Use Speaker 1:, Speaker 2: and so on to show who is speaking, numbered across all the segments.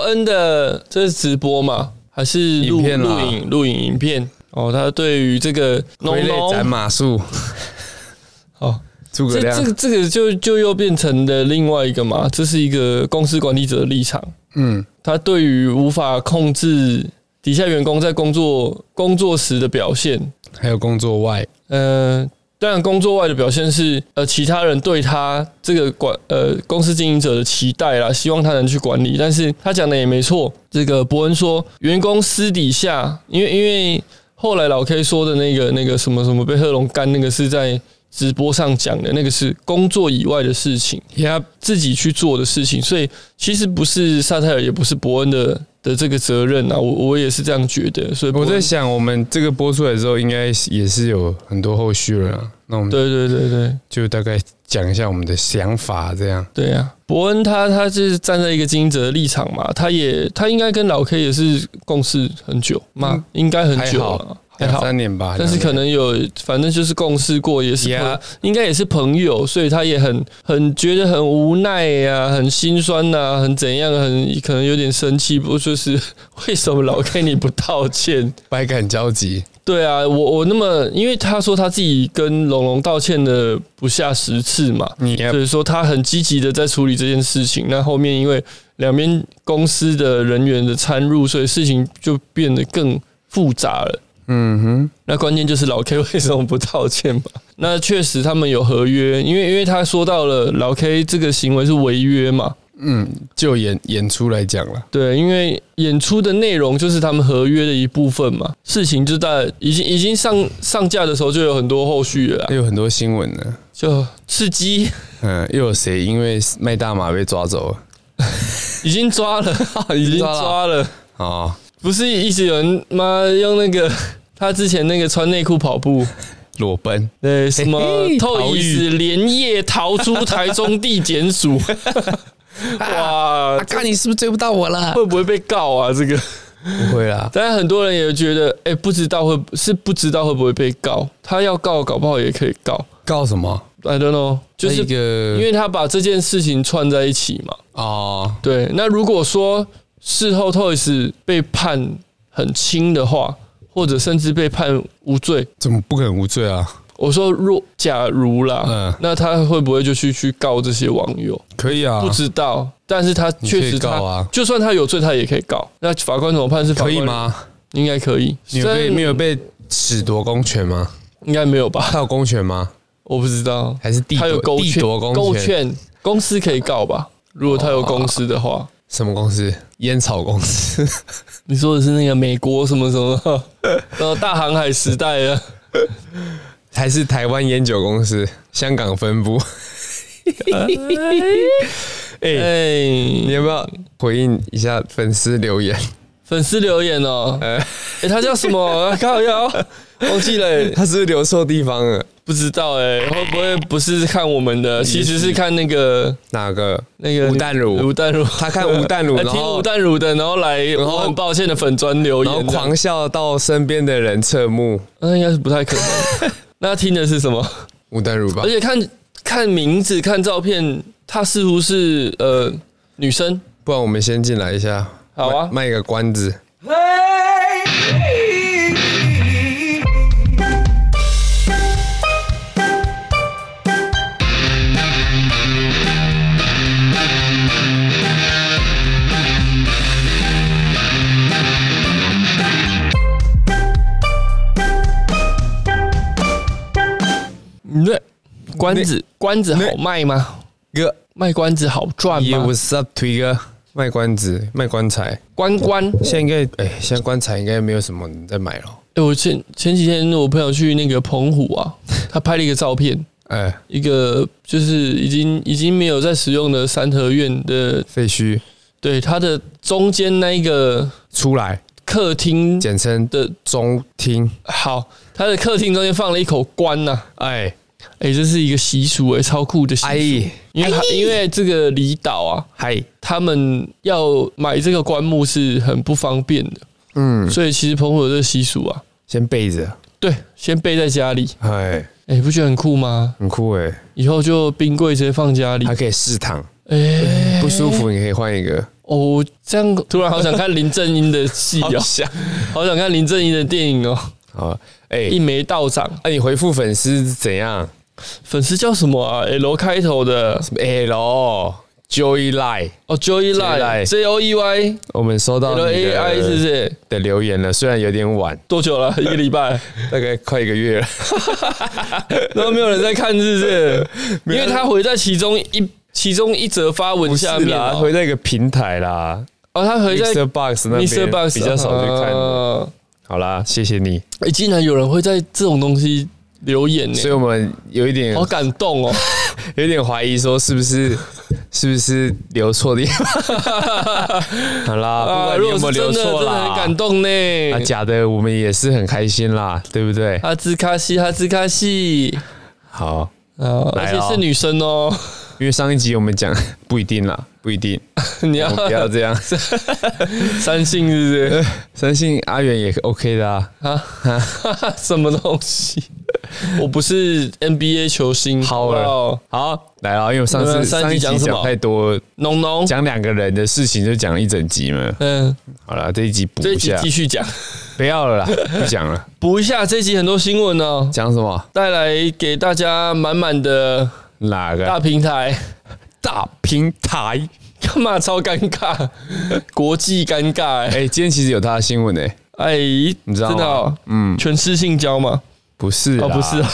Speaker 1: 恩的这是直播嘛，还是录
Speaker 2: 影片
Speaker 1: 录
Speaker 2: 啦
Speaker 1: 影录影影片？哦，他对于这个农
Speaker 2: 傀儡斩
Speaker 1: 农
Speaker 2: 马谡，
Speaker 1: 哦，
Speaker 2: 诸葛
Speaker 1: 这
Speaker 2: 亮
Speaker 1: 这，个这个就就又变成了另外一个嘛，这是一个公司管理者的立场，
Speaker 2: 嗯，
Speaker 1: 他对于无法控制底下员工在工作工作时的表现，
Speaker 2: 还有工作外，
Speaker 1: 呃，当然工作外的表现是呃其他人对他这个管呃公司经营者的期待啦，希望他能去管理。但是他讲的也没错，这个伯恩说，员工私底下，因为因为后来老 K 说的那个那个什么什么被贺龙干那个是在直播上讲的，那个是工作以外的事情。
Speaker 2: 呀，
Speaker 1: 自己去做的事情，所以其实不是萨泰尔，也不是伯恩的的这个责任啊，我我也是这样觉得，所以伯
Speaker 2: 我
Speaker 1: 恩
Speaker 2: 在想，我们这个播出来之后，应该也是有很多后续了啦。那我们
Speaker 1: 对对对对
Speaker 2: 就大概讲一下我们的想法，这样。
Speaker 1: 对呀、啊，伯恩他他是站在一个经营者的立场嘛，他也他应该跟老 K 也是共事很久嘛，
Speaker 2: 嗯
Speaker 1: 应该很久了，还
Speaker 2: 两
Speaker 1: 哎好。
Speaker 2: 三年吧，
Speaker 1: 但是
Speaker 2: 两
Speaker 1: 可能有，反正就是共事过，也是朋
Speaker 2: Yeah
Speaker 1: 应该也是朋友，所以他也很很觉得很无奈呀、很心酸呐、很怎样，很可能有点生气，不就是 为什么老 K 你不道歉？
Speaker 2: 年百感交集，
Speaker 1: 对啊，我我那么，因为他说他自己跟龙龙道歉了不下十次嘛，
Speaker 2: 你
Speaker 1: 所以说他很积极的在处理这件事情。那后面因为两边公司的人员的参入，所以事情就变得更复杂了。
Speaker 2: 嗯哼，
Speaker 1: 那关键就是老 K 为什么不道歉嘛？ 那确实他们有合约，因为因为他说到了老 K 这个行为是违约嘛，
Speaker 2: 嗯，就演演出来讲了，
Speaker 1: 对，因为演出的内容就是他们合约的一部分嘛，事情就在已经已经上上架的时候就有很多后续了啦，
Speaker 2: 又有很多新闻呢，
Speaker 1: 就刺激
Speaker 2: 嗯，又有谁因为卖大麻被抓走了？
Speaker 1: 已经抓了，已经
Speaker 2: 抓了
Speaker 1: 抓了，
Speaker 2: 哦，
Speaker 1: 不是一直有人妈用那个 他之前那个穿内裤跑步，
Speaker 2: 裸奔，
Speaker 1: 对，什么
Speaker 2: 嘿嘿
Speaker 1: 透
Speaker 2: 逃
Speaker 1: 椅
Speaker 2: 狱
Speaker 1: 子连夜逃出台中地检 署，哇
Speaker 2: 啊，，看你是不是追不到我了？
Speaker 1: 会不会被告啊？这个？
Speaker 2: 不会啦，
Speaker 1: 当然，很多人也觉得，哎、不知道会是不知道会不会被告，他要告，搞不好也可以告
Speaker 2: 告什么？
Speaker 1: ，I don't know，就
Speaker 2: 他
Speaker 1: 是
Speaker 2: 一个，
Speaker 1: 因为他把这件事情串在一起嘛。
Speaker 2: 哦，
Speaker 1: 对，那如果说事后 Toys 被判很轻的话，或者甚至被判无罪，
Speaker 2: 怎么不可能无罪啊？
Speaker 1: 我说若假如啦，
Speaker 2: 嗯
Speaker 1: 那他会不会就去去告这些网友？
Speaker 2: 可以啊
Speaker 1: 不知道，但是他
Speaker 2: 你可以
Speaker 1: 确实他
Speaker 2: 告啊
Speaker 1: 就算他有罪，他也可以告。那法官怎么判是法
Speaker 2: 可
Speaker 1: 官
Speaker 2: 以？吗？
Speaker 1: 应该可以，
Speaker 2: 你有被
Speaker 1: 但
Speaker 2: 没有被褫夺公权吗？
Speaker 1: 应该没有吧？
Speaker 2: 他有公权吗？
Speaker 1: 我不知道，
Speaker 2: 还是地
Speaker 1: 他有
Speaker 2: 夺
Speaker 1: 勾
Speaker 2: 地
Speaker 1: 券，
Speaker 2: 夺公
Speaker 1: 勾
Speaker 2: 权？
Speaker 1: 券公司可以告吧？如果他有公司的话，
Speaker 2: 什么公司？烟草公司？
Speaker 1: 你说的是那个美国什么什 么，然后大航海时代啊，
Speaker 2: 还是台湾烟酒公司香港分部？ 哎、你
Speaker 1: 哎，
Speaker 2: 要不要回应一下粉丝留言？
Speaker 1: 粉丝留言哦，
Speaker 2: 呃，
Speaker 1: 哎，他叫什么？靠腰，忘记了欸，
Speaker 2: 他是不是留错地方了？
Speaker 1: 不知道哎，会不会不是看我们 的，其实是看那个
Speaker 2: 哪个？
Speaker 1: 那个
Speaker 2: 吴淡如
Speaker 1: 吴淡如，
Speaker 2: 他看吴 淡如，
Speaker 1: 哎
Speaker 2: 然
Speaker 1: 听
Speaker 2: 后
Speaker 1: 吴淡如的，然后来，
Speaker 2: 然后
Speaker 1: 我很抱歉的粉砖留
Speaker 2: 然后
Speaker 1: 言，这啊样
Speaker 2: 狂笑到身边的人侧目，
Speaker 1: 那应该是不太可 能。那他听的是什么？
Speaker 2: 吴淡如吧
Speaker 1: 而？且看看名字、看照片，她似乎是呃女生。
Speaker 2: 不然我们先进来一下，
Speaker 1: 好啊
Speaker 2: 卖卖个关子。
Speaker 1: 那关子关子好卖吗？
Speaker 2: 哥
Speaker 1: 卖关子好赚
Speaker 2: ，Yeah,
Speaker 1: 吗？
Speaker 2: what's up，推哥？卖关子，卖棺材。
Speaker 1: 关关，
Speaker 2: 现在应该，哎、现在棺材应该没有什么人在买了。
Speaker 1: 哎、我前前几天我朋友去那个澎湖啊，他拍了一个照片，
Speaker 2: 哎、
Speaker 1: 一个就是已经已经没有在使用的三合院的，
Speaker 2: 废墟
Speaker 1: 对它的中间那一个
Speaker 2: 出来，
Speaker 1: 客厅
Speaker 2: 简称
Speaker 1: 的
Speaker 2: 中厅。
Speaker 1: 好，它的客厅中间放了一口棺呐、
Speaker 2: 哎、
Speaker 1: 哎、这是一个习俗哎、超酷的习俗。
Speaker 2: 哎，
Speaker 1: 因为它因为这个离岛啊，
Speaker 2: 嗨，
Speaker 1: 他们要买这个棺木是很不方便的，
Speaker 2: 嗯，
Speaker 1: 所以其实澎湖有这个习俗啊，
Speaker 2: 先备着，
Speaker 1: 对，先备在家里。
Speaker 2: 哎，
Speaker 1: 哎、不觉得很酷吗？
Speaker 2: 很酷哎、
Speaker 1: 以后就冰柜直接放家里
Speaker 2: 还。可以试躺，
Speaker 1: 哎、
Speaker 2: 不舒服你可以换一个，
Speaker 1: 哦，我这样突然好想看林正英的戏
Speaker 2: 好
Speaker 1: 哦，
Speaker 2: 想
Speaker 1: 好想看林正英的电影哦，
Speaker 2: 好啊，哎、
Speaker 1: 一眉道长，
Speaker 2: 那、你回复粉丝是怎样？
Speaker 1: 粉丝叫什么啊？L 开头的
Speaker 2: 什么 L 哎 Joy Lie，
Speaker 1: 哦，Joey Lai J O E Y
Speaker 2: 我们收到
Speaker 1: L
Speaker 2: 哦你
Speaker 1: A
Speaker 2: 的
Speaker 1: I 哎是不是？
Speaker 2: 的留言了，虽然有点晚，
Speaker 1: 多久 了？一个礼拜，
Speaker 2: 大概快一个月了。
Speaker 1: 然后没有人在看，是不是？ 因为他回在其中一其中一则发文下面
Speaker 2: 啦，
Speaker 1: 啊，
Speaker 2: 回到一个平台啦
Speaker 1: 哦，他回在
Speaker 2: ，Mr. Box 那
Speaker 1: Mr.
Speaker 2: 边
Speaker 1: Box
Speaker 2: 比较少去看。
Speaker 1: 啊
Speaker 2: 好啦，谢谢你，
Speaker 1: 哎、竟然有人会在这种东西留言呢、
Speaker 2: 所以我们有一点
Speaker 1: 好感动哦！
Speaker 2: 有一点怀疑，说是不是 是不是留错 地方？好啦， 不
Speaker 1: 啊，
Speaker 2: 管你
Speaker 1: 如
Speaker 2: 有
Speaker 1: 果
Speaker 2: 没
Speaker 1: 是
Speaker 2: 有留
Speaker 1: 真的，真
Speaker 2: 错
Speaker 1: 的很
Speaker 2: 啦
Speaker 1: 感，动呢。
Speaker 2: 啊，假的，我们也是很开心啦，对不对？
Speaker 1: 哈兹卡西，哈兹卡西，
Speaker 2: 好，
Speaker 1: 啊，而
Speaker 2: 来
Speaker 1: 且
Speaker 2: 咯
Speaker 1: 是女生 哦，
Speaker 2: 因为上一集我们讲不一定啦，不一定，
Speaker 1: 你要
Speaker 2: 我们不要 这样。
Speaker 1: 三性是 不是？
Speaker 2: 相信阿远也 OK 的啊。
Speaker 1: 啊 什么东西？我不是 NBA 球星，
Speaker 2: 好了
Speaker 1: 了，
Speaker 2: 好，来了，因为我上
Speaker 1: 那
Speaker 2: 次
Speaker 1: 哦上
Speaker 2: 上
Speaker 1: 一集
Speaker 2: 一
Speaker 1: 讲
Speaker 2: 集
Speaker 1: 什么
Speaker 2: 讲太多，
Speaker 1: 农农，
Speaker 2: 讲两个人的事情就讲了一整 集嘛。
Speaker 1: 嗯，
Speaker 2: 好了，这一集补
Speaker 1: 这一
Speaker 2: 一
Speaker 1: 集
Speaker 2: 下
Speaker 1: 继，续讲，
Speaker 2: 不要了啦，不讲 了。
Speaker 1: 补一下这一集很多新闻哦，
Speaker 2: 讲什么？
Speaker 1: 带来给大家满满的
Speaker 2: 哪
Speaker 1: 大
Speaker 2: 个
Speaker 1: 平台。
Speaker 2: 大平台？
Speaker 1: 干嘛超尴 尬？国际尴尬哎、
Speaker 2: 哎、今天其实有他的新闻呢、
Speaker 1: 哎，
Speaker 2: 你知道吗
Speaker 1: 真的、哦，嗯，全是性交吗？
Speaker 2: 不是
Speaker 1: 哦，
Speaker 2: 啦
Speaker 1: 不是啊，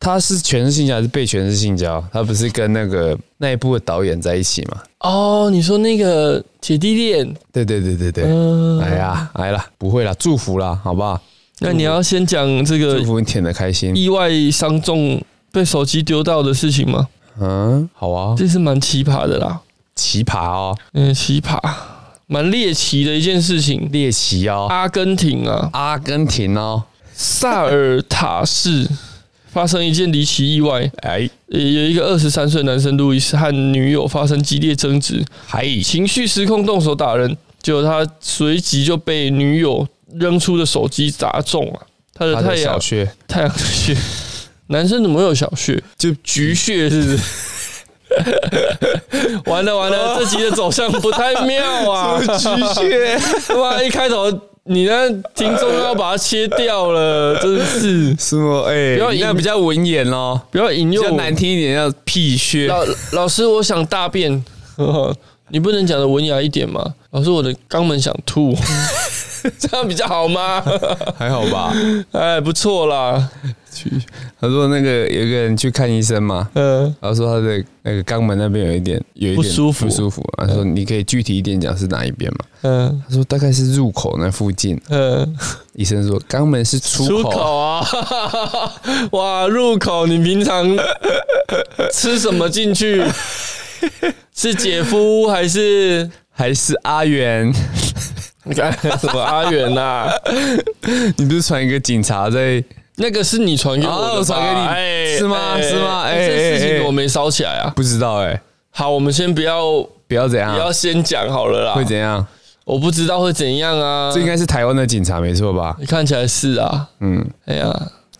Speaker 2: 他是全是性交还是被全是性交？他不是跟那个那一部的导演在一起嘛？
Speaker 1: 哦，你说那个姐弟恋，
Speaker 2: 对对对对对，
Speaker 1: 嗯、
Speaker 2: 哎呀，来啦，不会啦，祝福啦，好不好？
Speaker 1: 那你要先讲这个
Speaker 2: 祝福你舔的开心。
Speaker 1: 意外伤重被手机丢到的事情吗？
Speaker 2: 嗯，好啊，
Speaker 1: 这是蛮奇葩的啦，
Speaker 2: 奇葩哦，
Speaker 1: 嗯，奇葩，蛮猎奇的一件事情。
Speaker 2: 猎奇哦，
Speaker 1: 阿根廷啊，
Speaker 2: 阿根廷哦，
Speaker 1: 萨尔塔市发生一件离奇意外，
Speaker 2: 哎，
Speaker 1: 呃有一个二十三岁男生路易斯和女友发生激烈争执，
Speaker 2: 嗨，
Speaker 1: 情绪失控动手打人，结果他随即就被女友扔出的手机砸中了、他的
Speaker 2: 他
Speaker 1: 太
Speaker 2: 的小
Speaker 1: 阳
Speaker 2: 穴
Speaker 1: 太阳穴，男生怎么会有小穴？
Speaker 2: 就
Speaker 1: 菊穴是不是？ 完了完 了，这集的走向不太妙啊！
Speaker 2: 穴，
Speaker 1: 他妈一开头你那听众要把它切掉了， 真是
Speaker 2: 什么？哎，
Speaker 1: 不要
Speaker 2: 你
Speaker 1: 引
Speaker 2: 那比较文言哦，
Speaker 1: 不要引
Speaker 2: 比
Speaker 1: 诱
Speaker 2: 较
Speaker 1: 我。
Speaker 2: 难听一点叫屁穴。
Speaker 1: 老老师，我想大便， 你不能讲的文雅一点吗？老师，我的肛门想 吐， 这样比较好吗？
Speaker 2: 还好吧？
Speaker 1: 哎，不错 啦，
Speaker 2: 他说那个有一个人去看医生嘛，
Speaker 1: 嗯，
Speaker 2: 然后说他的那个肛门那边有一点有一点
Speaker 1: 不舒服呃
Speaker 2: 不舒服。啊他说你可以具体一点讲是哪一边嘛？
Speaker 1: 嗯
Speaker 2: 他说大概是入口那附近。
Speaker 1: 嗯，
Speaker 2: 医生说肛门是出口，
Speaker 1: 啊， 哇，入口，你平常吃什么进去？ 是姐夫还是
Speaker 2: 还是阿元？
Speaker 1: 你看什么阿远呐、
Speaker 2: 啊你不是传一个警察在
Speaker 1: 那个是你传给我的吧、
Speaker 2: 哦我传给你是吗是吗哎
Speaker 1: 这事
Speaker 2: 哎
Speaker 1: 情
Speaker 2: 哎
Speaker 1: 我没烧起来啊。
Speaker 2: 不知道哎、
Speaker 1: 好，我们先不要
Speaker 2: 不要怎
Speaker 1: 不要
Speaker 2: 样，
Speaker 1: 先讲好了啦。
Speaker 2: 啊会怎样？
Speaker 1: 我不知道会怎样啊。
Speaker 2: 这应该是台湾的警察没错吧？
Speaker 1: 你看起来是啊，
Speaker 2: 嗯，
Speaker 1: 哎呀，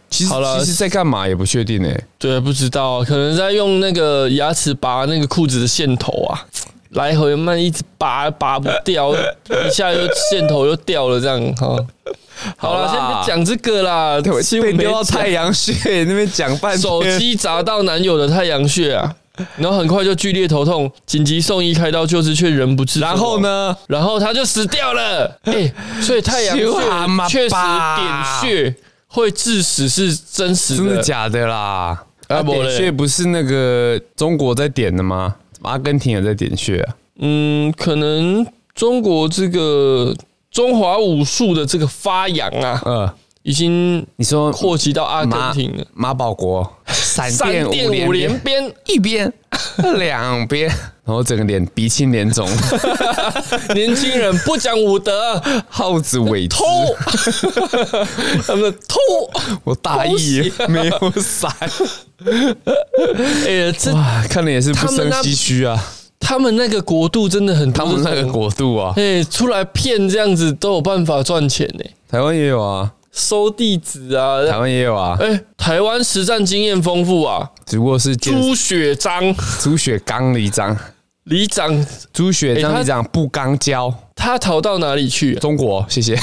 Speaker 2: 其实
Speaker 1: 好了
Speaker 2: 其实在干嘛也不确定哎、
Speaker 1: 对，不知道，啊可能在用那个牙齿拔那个裤子的线头啊，来回慢一直拔拔不掉，一下又线头又掉了这样哈。好了，先不讲这个啦，新
Speaker 2: 被
Speaker 1: 闻没
Speaker 2: 丢到
Speaker 1: 讲
Speaker 2: 太阳穴那边讲半天
Speaker 1: 手机砸到男友的太阳穴啊，然后很快就剧烈头痛，紧急送医开刀救治，却人不治。啊
Speaker 2: 然后？ 呢？
Speaker 1: 然后他就死掉了。哎、所以太阳 穴
Speaker 2: 羞蛤蟆吧
Speaker 1: 确实点穴会致死是真实
Speaker 2: 真
Speaker 1: 的，
Speaker 2: 的假的啦？
Speaker 1: 啊
Speaker 2: 啊，
Speaker 1: 不然
Speaker 2: 点
Speaker 1: 嘞
Speaker 2: 穴不是那个中国在点的吗？怎么阿根廷也在点穴啊？
Speaker 1: 嗯，可能中国这个中华武术的这个发扬啊，
Speaker 2: 呃，
Speaker 1: 已经
Speaker 2: 你说
Speaker 1: 扩及到阿根廷了。
Speaker 2: 马保国闪
Speaker 1: 闪
Speaker 2: 电
Speaker 1: 电
Speaker 2: 五
Speaker 1: 五连
Speaker 2: 连
Speaker 1: 鞭，
Speaker 2: 一边 两边，然后整个脸鼻青脸肿，
Speaker 1: 年轻人不讲武德，
Speaker 2: 耗子尾汁
Speaker 1: 偷， 他们偷。
Speaker 2: 我大意没有 闪。
Speaker 1: 哎、这
Speaker 2: 哇，啊看了也是不
Speaker 1: 他们
Speaker 2: 胜
Speaker 1: 那
Speaker 2: 唏嘘啊！
Speaker 1: 他们那个国度真的很多
Speaker 2: 他们那
Speaker 1: 这
Speaker 2: 个
Speaker 1: 种，
Speaker 2: 国度啊，
Speaker 1: 哎、出来骗这样子都有办法赚钱呢、
Speaker 2: 台湾也有啊，
Speaker 1: 收地址啊，
Speaker 2: 台湾也有啊，
Speaker 1: 哎、台湾实战经验丰富啊，
Speaker 2: 只不过是见
Speaker 1: 朱雪章，
Speaker 2: 猪血缸里张，
Speaker 1: 里长
Speaker 2: 朱雪
Speaker 1: 诶
Speaker 2: 张
Speaker 1: 他
Speaker 2: 里长不刚交
Speaker 1: 他逃到哪里去、啊？
Speaker 2: 中国，谢 谢。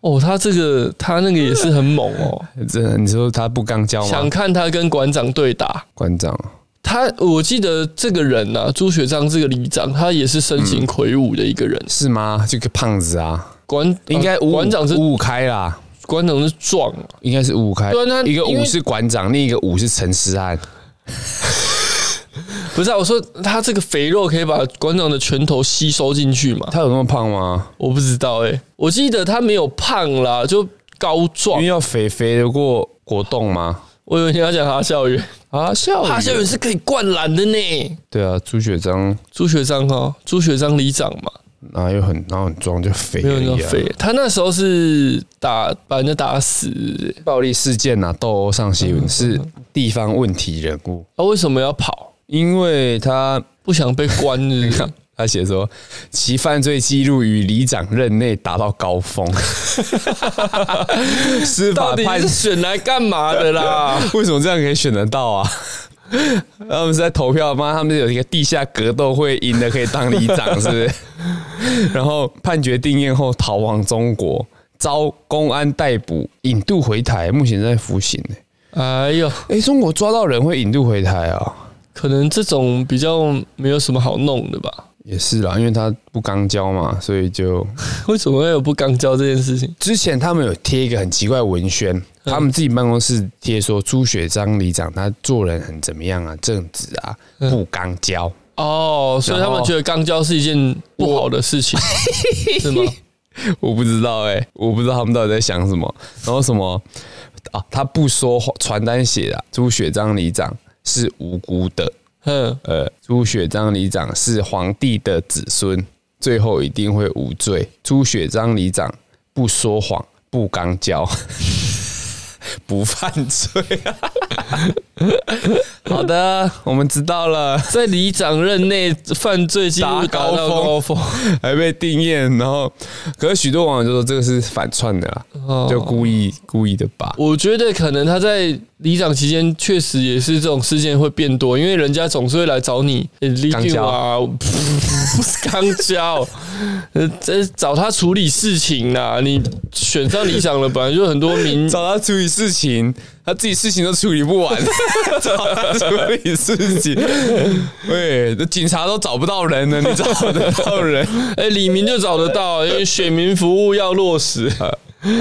Speaker 1: 哦，他这个他那个也是很猛 哦，
Speaker 2: 真的，你说他不刚交
Speaker 1: 想
Speaker 2: 吗？
Speaker 1: 看他跟馆长对打。
Speaker 2: 馆长，
Speaker 1: 他我记得这个人呐、啊，朱雪章这个里长，他也是身
Speaker 2: 嗯
Speaker 1: 形魁梧的一个人。
Speaker 2: 是吗？这个胖子啊，
Speaker 1: 馆
Speaker 2: 应该
Speaker 1: 啊
Speaker 2: 五五
Speaker 1: 馆长是
Speaker 2: 五五开啦，
Speaker 1: 馆长是壮啊，
Speaker 2: 应该是五五开。
Speaker 1: 对那
Speaker 2: 一个
Speaker 1: 因为
Speaker 2: 五是馆长，另一个五是陈思翰。
Speaker 1: 不是啊？我说他这个肥肉可以把馆长的拳头吸收进去嘛？
Speaker 2: 他有那么胖吗？
Speaker 1: 我不知道哎、我记得他没有胖啦，就高
Speaker 2: 因
Speaker 1: 壮
Speaker 2: 为。要肥肥的过果冻吗？
Speaker 1: 我以为你要讲哈校园，
Speaker 2: 啊，笑
Speaker 1: 哈校园是可以灌篮的呢。
Speaker 2: 对啊，朱雪章
Speaker 1: 朱学章哦，朱学章里长嘛，
Speaker 2: 哪有很哪有很壮就肥
Speaker 1: 没有那
Speaker 2: 而
Speaker 1: 么
Speaker 2: 已啊
Speaker 1: 肥。他那时候是打把人家打死
Speaker 2: 暴力事件呐、斗殴上
Speaker 1: 嗯
Speaker 2: 新闻是地方问题人物，
Speaker 1: 他啊为什么要跑？
Speaker 2: 因为他
Speaker 1: 不想被关是不是
Speaker 2: 他写说其犯罪记录与里长任内达到高峰， 司
Speaker 1: 到
Speaker 2: 法
Speaker 1: 底
Speaker 2: 判
Speaker 1: 是选来干嘛的 啦？
Speaker 2: 为什么这样可以选得到啊？ 他们是在投票吗？他们有一个地下格斗会赢的可以当里长，是 不是？然后判决定验后逃往中国，遭公安逮捕，引渡回台，目前在服刑呢、
Speaker 1: 哎呦，
Speaker 2: 诶，中国抓到人会引渡回台啊？
Speaker 1: 可能这种比较没有什么好弄的吧？
Speaker 2: 也是啦，因为他不刚交嘛，所以就
Speaker 1: 为什么会有不刚交这件事情？
Speaker 2: 之前他们有贴一个很奇怪的文宣，他们自己办公室贴说朱雪章里长他做人很怎么样啊，正直啊，不刚交。
Speaker 1: 哦，所以他
Speaker 2: 然
Speaker 1: 们
Speaker 2: 后
Speaker 1: 觉得刚交是一件不好的事情，是 吗？
Speaker 2: 我不知道哎、我不知道他们到底在想什么。然后什么啊？他不说话，传单写的、啊、朱雪章里长是无辜的，
Speaker 1: 嗯，
Speaker 2: 呃，朱雪章里长是皇帝的子孙，最后一定会无罪。朱雪章里长不说谎，不刚交， 不犯罪、 好的，我们知道了。
Speaker 1: 在里长任内犯罪记录达到高峰，
Speaker 2: 还被定验，然后，可是许多网友就说这个是反串的啦，
Speaker 1: 哦
Speaker 2: 就故意故意的吧。
Speaker 1: 我觉得可能他在里长期间确实也是这种事件会变多，因为人家总是会来找你，呃李
Speaker 2: 刚
Speaker 1: 俊啊， 不是刚交，呃，这找他处理事情啦。你选上里长了，本来就很多民
Speaker 2: 找他处理事情，他自己事情都处理不完， 找他处理事情。喂，这警察都找不到人了，你找得 到人？
Speaker 1: 哎、李明就找得到，因为选民服务要落 实。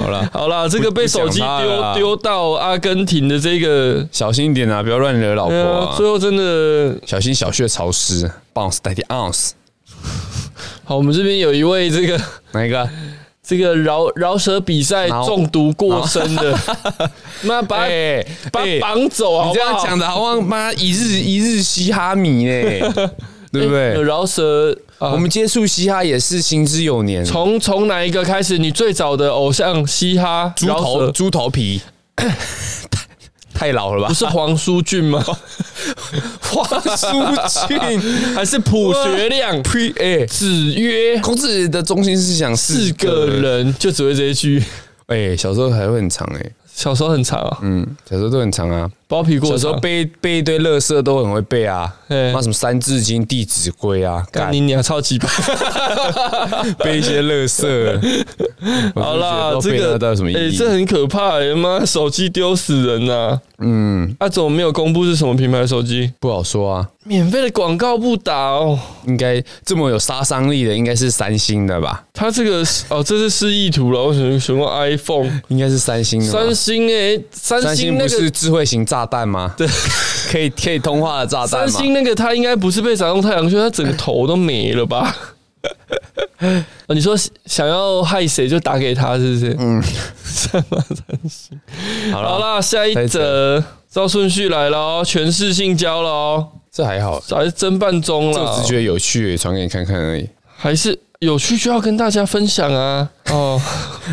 Speaker 2: 好了，
Speaker 1: 好啦，这个被手机
Speaker 2: 不讲他了
Speaker 1: 丢
Speaker 2: 啦
Speaker 1: 丢到阿根廷的这个，
Speaker 2: 小心一点啊，不要乱惹老婆
Speaker 1: 对啊
Speaker 2: 啊，
Speaker 1: 最后真的
Speaker 2: 小心小穴潮湿。bounce 代替 ounce，
Speaker 1: 好，我们这边有一位这个
Speaker 2: 哪一个？
Speaker 1: 这个饶饶舌比赛
Speaker 2: 挠
Speaker 1: 中毒过身的， 妈把他
Speaker 2: 哎、
Speaker 1: 把他
Speaker 2: 哎
Speaker 1: 绑走啊！
Speaker 2: 你这样
Speaker 1: 好不好
Speaker 2: 讲的好像妈一日一日嘻哈迷呢、 对不
Speaker 1: 哎有
Speaker 2: 对？啊
Speaker 1: 饶舌，我
Speaker 2: 我
Speaker 1: 们
Speaker 2: 们接触嘻哈也是行之有年，
Speaker 1: 从从哪一个开始？你最早的偶像嘻哈
Speaker 2: 猪
Speaker 1: 饶
Speaker 2: 头
Speaker 1: 舌
Speaker 2: 猪 头皮，太太老了吧
Speaker 1: 不？是黄舒骏 吗？
Speaker 2: 黄 舒骏
Speaker 1: 还是朴学亮？
Speaker 2: ，Pre 哎、
Speaker 1: 子曰
Speaker 2: 孔子的中心思想是
Speaker 1: 四个，人就只会这一句，
Speaker 2: 哎、小时候还会很长哎、
Speaker 1: 小时候很长啊，
Speaker 2: 嗯，小时候都很长啊，
Speaker 1: 包皮
Speaker 2: 小
Speaker 1: 过
Speaker 2: 时候
Speaker 1: 长。
Speaker 2: 背背一堆乐色都很会背啊，
Speaker 1: 哎
Speaker 2: 妈什么《三字经》《弟子规》啊，
Speaker 1: 干
Speaker 2: 干
Speaker 1: 你娘超级棒！
Speaker 2: 背一些乐色。
Speaker 1: 好啦，
Speaker 2: 我就
Speaker 1: 这
Speaker 2: 觉得
Speaker 1: 个
Speaker 2: 都背那哦到底有什么
Speaker 1: 哎
Speaker 2: 意义？
Speaker 1: 这很可怕、欸，妈手机丢死人呐、啊！
Speaker 2: 嗯，
Speaker 1: 那、怎么没有公布是什么品牌手机？
Speaker 2: 不好说啊，
Speaker 1: 免费的广告不打哦。
Speaker 2: 应该这么有杀伤力的，应该是三星的吧？
Speaker 1: 它这个是哦，这是示意图了。我选选过 iPhone、
Speaker 2: 应该是三星的吧。
Speaker 1: 三星诶、三
Speaker 2: 啊三
Speaker 1: 星
Speaker 2: 星
Speaker 1: 那
Speaker 2: 不
Speaker 1: 个
Speaker 2: 是智慧型炸弹吗？对，可以可以通话的炸弹
Speaker 1: 三
Speaker 2: 吗？
Speaker 1: 星那个，它应该不是被砸中太阳穴，它整个头都没了吧？ 哦、你说想要害谁就打给他，是不 是？嗯，三八三星。
Speaker 2: 好
Speaker 1: 好
Speaker 2: 了，
Speaker 1: 啦，下一
Speaker 2: 下一
Speaker 1: 则照顺序来了哦，全市性交了哦，
Speaker 2: 这还好，
Speaker 1: 还是侦办中
Speaker 2: 这
Speaker 1: 了
Speaker 2: 我
Speaker 1: 哦
Speaker 2: 只，觉得有趣，传给你看看而已。
Speaker 1: 还是有趣就要跟大家分享啊。哦。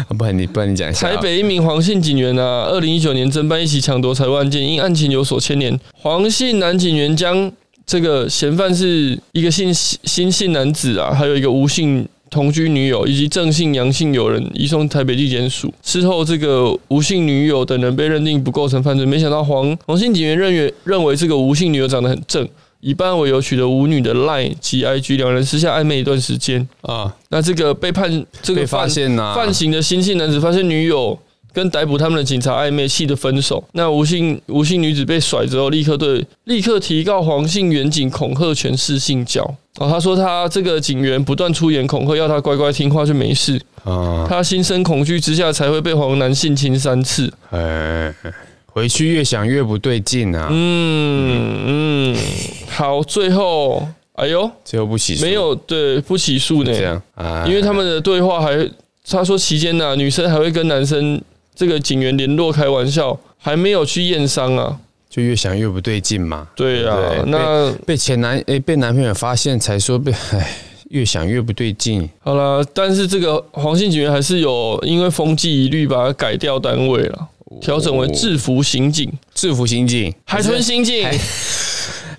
Speaker 2: 啊不然你不然你讲一下啊。
Speaker 1: 台北一名黄姓警员啊，二零一九年侦办一起抢夺财物案件，因案情有所牵连，黄姓男警员将这个嫌犯是一个姓新姓男子啊，还有一个吴姓。同居女友以及郑姓、杨姓友人移送台北地检署。事后，这个吴姓女友等人被认定不构成犯罪。没想到黄黄姓警员认为认为这个吴姓女友长得很正，以办为由取得舞女的 LINE 及 IG，两人私下暧昧一段时间。
Speaker 2: 啊，
Speaker 1: 那这个被判这个
Speaker 2: 被发
Speaker 1: 犯
Speaker 2: 现啊呐、
Speaker 1: 犯行的新姓男子发现女友跟逮捕他们的警察暧昧，气得分手。那吴姓吴姓女子被甩之后，立刻对立刻提告黄姓远警恐吓全市性交。哦，他说他这个警员不断出言恐吓，要他乖乖听话就没事。
Speaker 2: 啊，
Speaker 1: 他心生恐惧之下，才会被黄男性侵三次。
Speaker 2: 哎，回去越想越不对劲啊，
Speaker 1: 嗯嗯，好，最后，哎呦，
Speaker 2: 最后不洗
Speaker 1: 没有对不起诉呢
Speaker 2: 这，样啊，
Speaker 1: 因为他们的对话还，他说期间呢、女生还会跟男生这个警员联络开玩笑，还没有去验伤啊。
Speaker 2: 就越想越不对劲嘛，
Speaker 1: 对啊，
Speaker 2: 对
Speaker 1: 那
Speaker 2: 被前男哎被男朋友发现才说被哎。越想越不对劲，
Speaker 1: 好了，但是这个黄姓警员还是有因为风纪一律把它改掉单位了，调整为制服刑警、
Speaker 2: 制服刑警，
Speaker 1: 海豚刑警。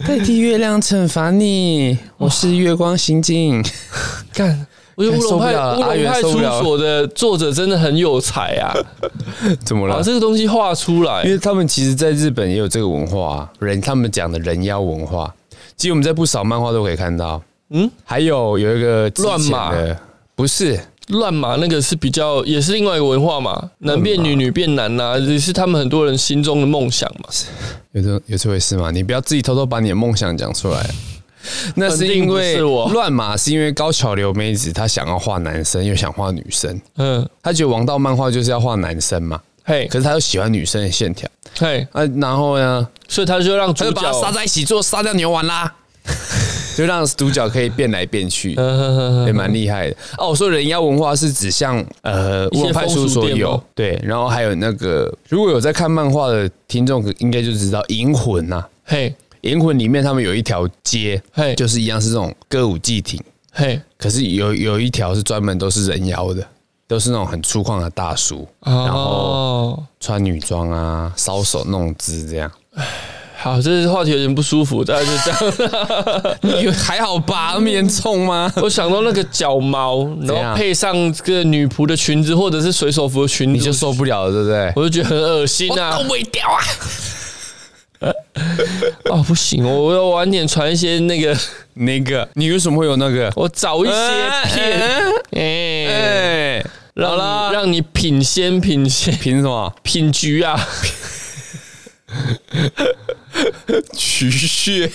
Speaker 2: 代替月亮惩罚你，我是月光刑警。
Speaker 1: 干，我觉得乌龙派乌龙派出所的作者真的很有才啊，
Speaker 2: 怎么
Speaker 1: 把
Speaker 2: 了？
Speaker 1: 哦这个东西画出
Speaker 2: 因
Speaker 1: 来。
Speaker 2: 为他们其实在日本也有这个文化、啊，人他们讲的人妖文化，其实我们在不少漫画都可以看到。
Speaker 1: 嗯，
Speaker 2: 还有有一个之前
Speaker 1: 乱码
Speaker 2: 的，不是
Speaker 1: 乱码那个是比较，也是另外一个文化嘛，男变女，女变男呐、也是他们很多人心中的梦想嘛。
Speaker 2: 有这有这回事吗？你不要自己偷偷把你的梦想讲 出来。那是因
Speaker 1: 肯定
Speaker 2: 为
Speaker 1: 不是我
Speaker 2: 乱码，是因为高桥留美子她想要画男生，又想画女生，
Speaker 1: 嗯，
Speaker 2: 她觉得王道漫画就是要画男生嘛，
Speaker 1: 嘿，
Speaker 2: 可是她又喜欢女生的线条
Speaker 1: 嘿，
Speaker 2: 啊。然后呢，
Speaker 1: 所以他就让
Speaker 2: 他
Speaker 1: 主
Speaker 2: 就把它杀
Speaker 1: 角，
Speaker 2: 在一起做沙雕牛 丸啦，就让主角可以变来变去，
Speaker 1: 嗯哼哼
Speaker 2: 也
Speaker 1: 哼
Speaker 2: 蛮厉害的。哦，我说人妖文化是指向呃
Speaker 1: 一
Speaker 2: 乌
Speaker 1: 些
Speaker 2: 龙派出
Speaker 1: 风俗
Speaker 2: 所
Speaker 1: 店
Speaker 2: 有
Speaker 1: 吗
Speaker 2: 对，然后还有那个如果有在看漫画的听众，应该就知道《银魂》呐，
Speaker 1: 嘿，
Speaker 2: 《银魂》里面他们有一条街
Speaker 1: 嘿，
Speaker 2: 就是一样是这种歌舞伎町，
Speaker 1: 嘿，
Speaker 2: 可是有有一条是专门都是人妖的，都是那种很粗犷的大叔，
Speaker 1: 啊
Speaker 2: 然后
Speaker 1: 哦，
Speaker 2: 穿女装啊，搔首弄 姿这样。
Speaker 1: 好，这个话题有点不舒服，大家就这样。
Speaker 2: 你还好吧？那么严重 吗？
Speaker 1: 我想到那个脚毛，然
Speaker 2: 怎
Speaker 1: 后
Speaker 2: 样
Speaker 1: 配上这个女仆的裙子或者是水手服的裙子，
Speaker 2: 你就受不了了，对不对？
Speaker 1: 我就觉得很恶心啊！
Speaker 2: 未掉啊！
Speaker 1: 哦，不行，我我要晚点传一些那个，
Speaker 2: 那个，你为什么会有那个？
Speaker 1: 我找一些
Speaker 2: 呃
Speaker 1: 片，哎、
Speaker 2: 哎，
Speaker 1: 让
Speaker 2: 好
Speaker 1: 你
Speaker 2: 啦
Speaker 1: 让你品鲜品鲜
Speaker 2: 凭什么？
Speaker 1: 品局啊！
Speaker 2: 曲血，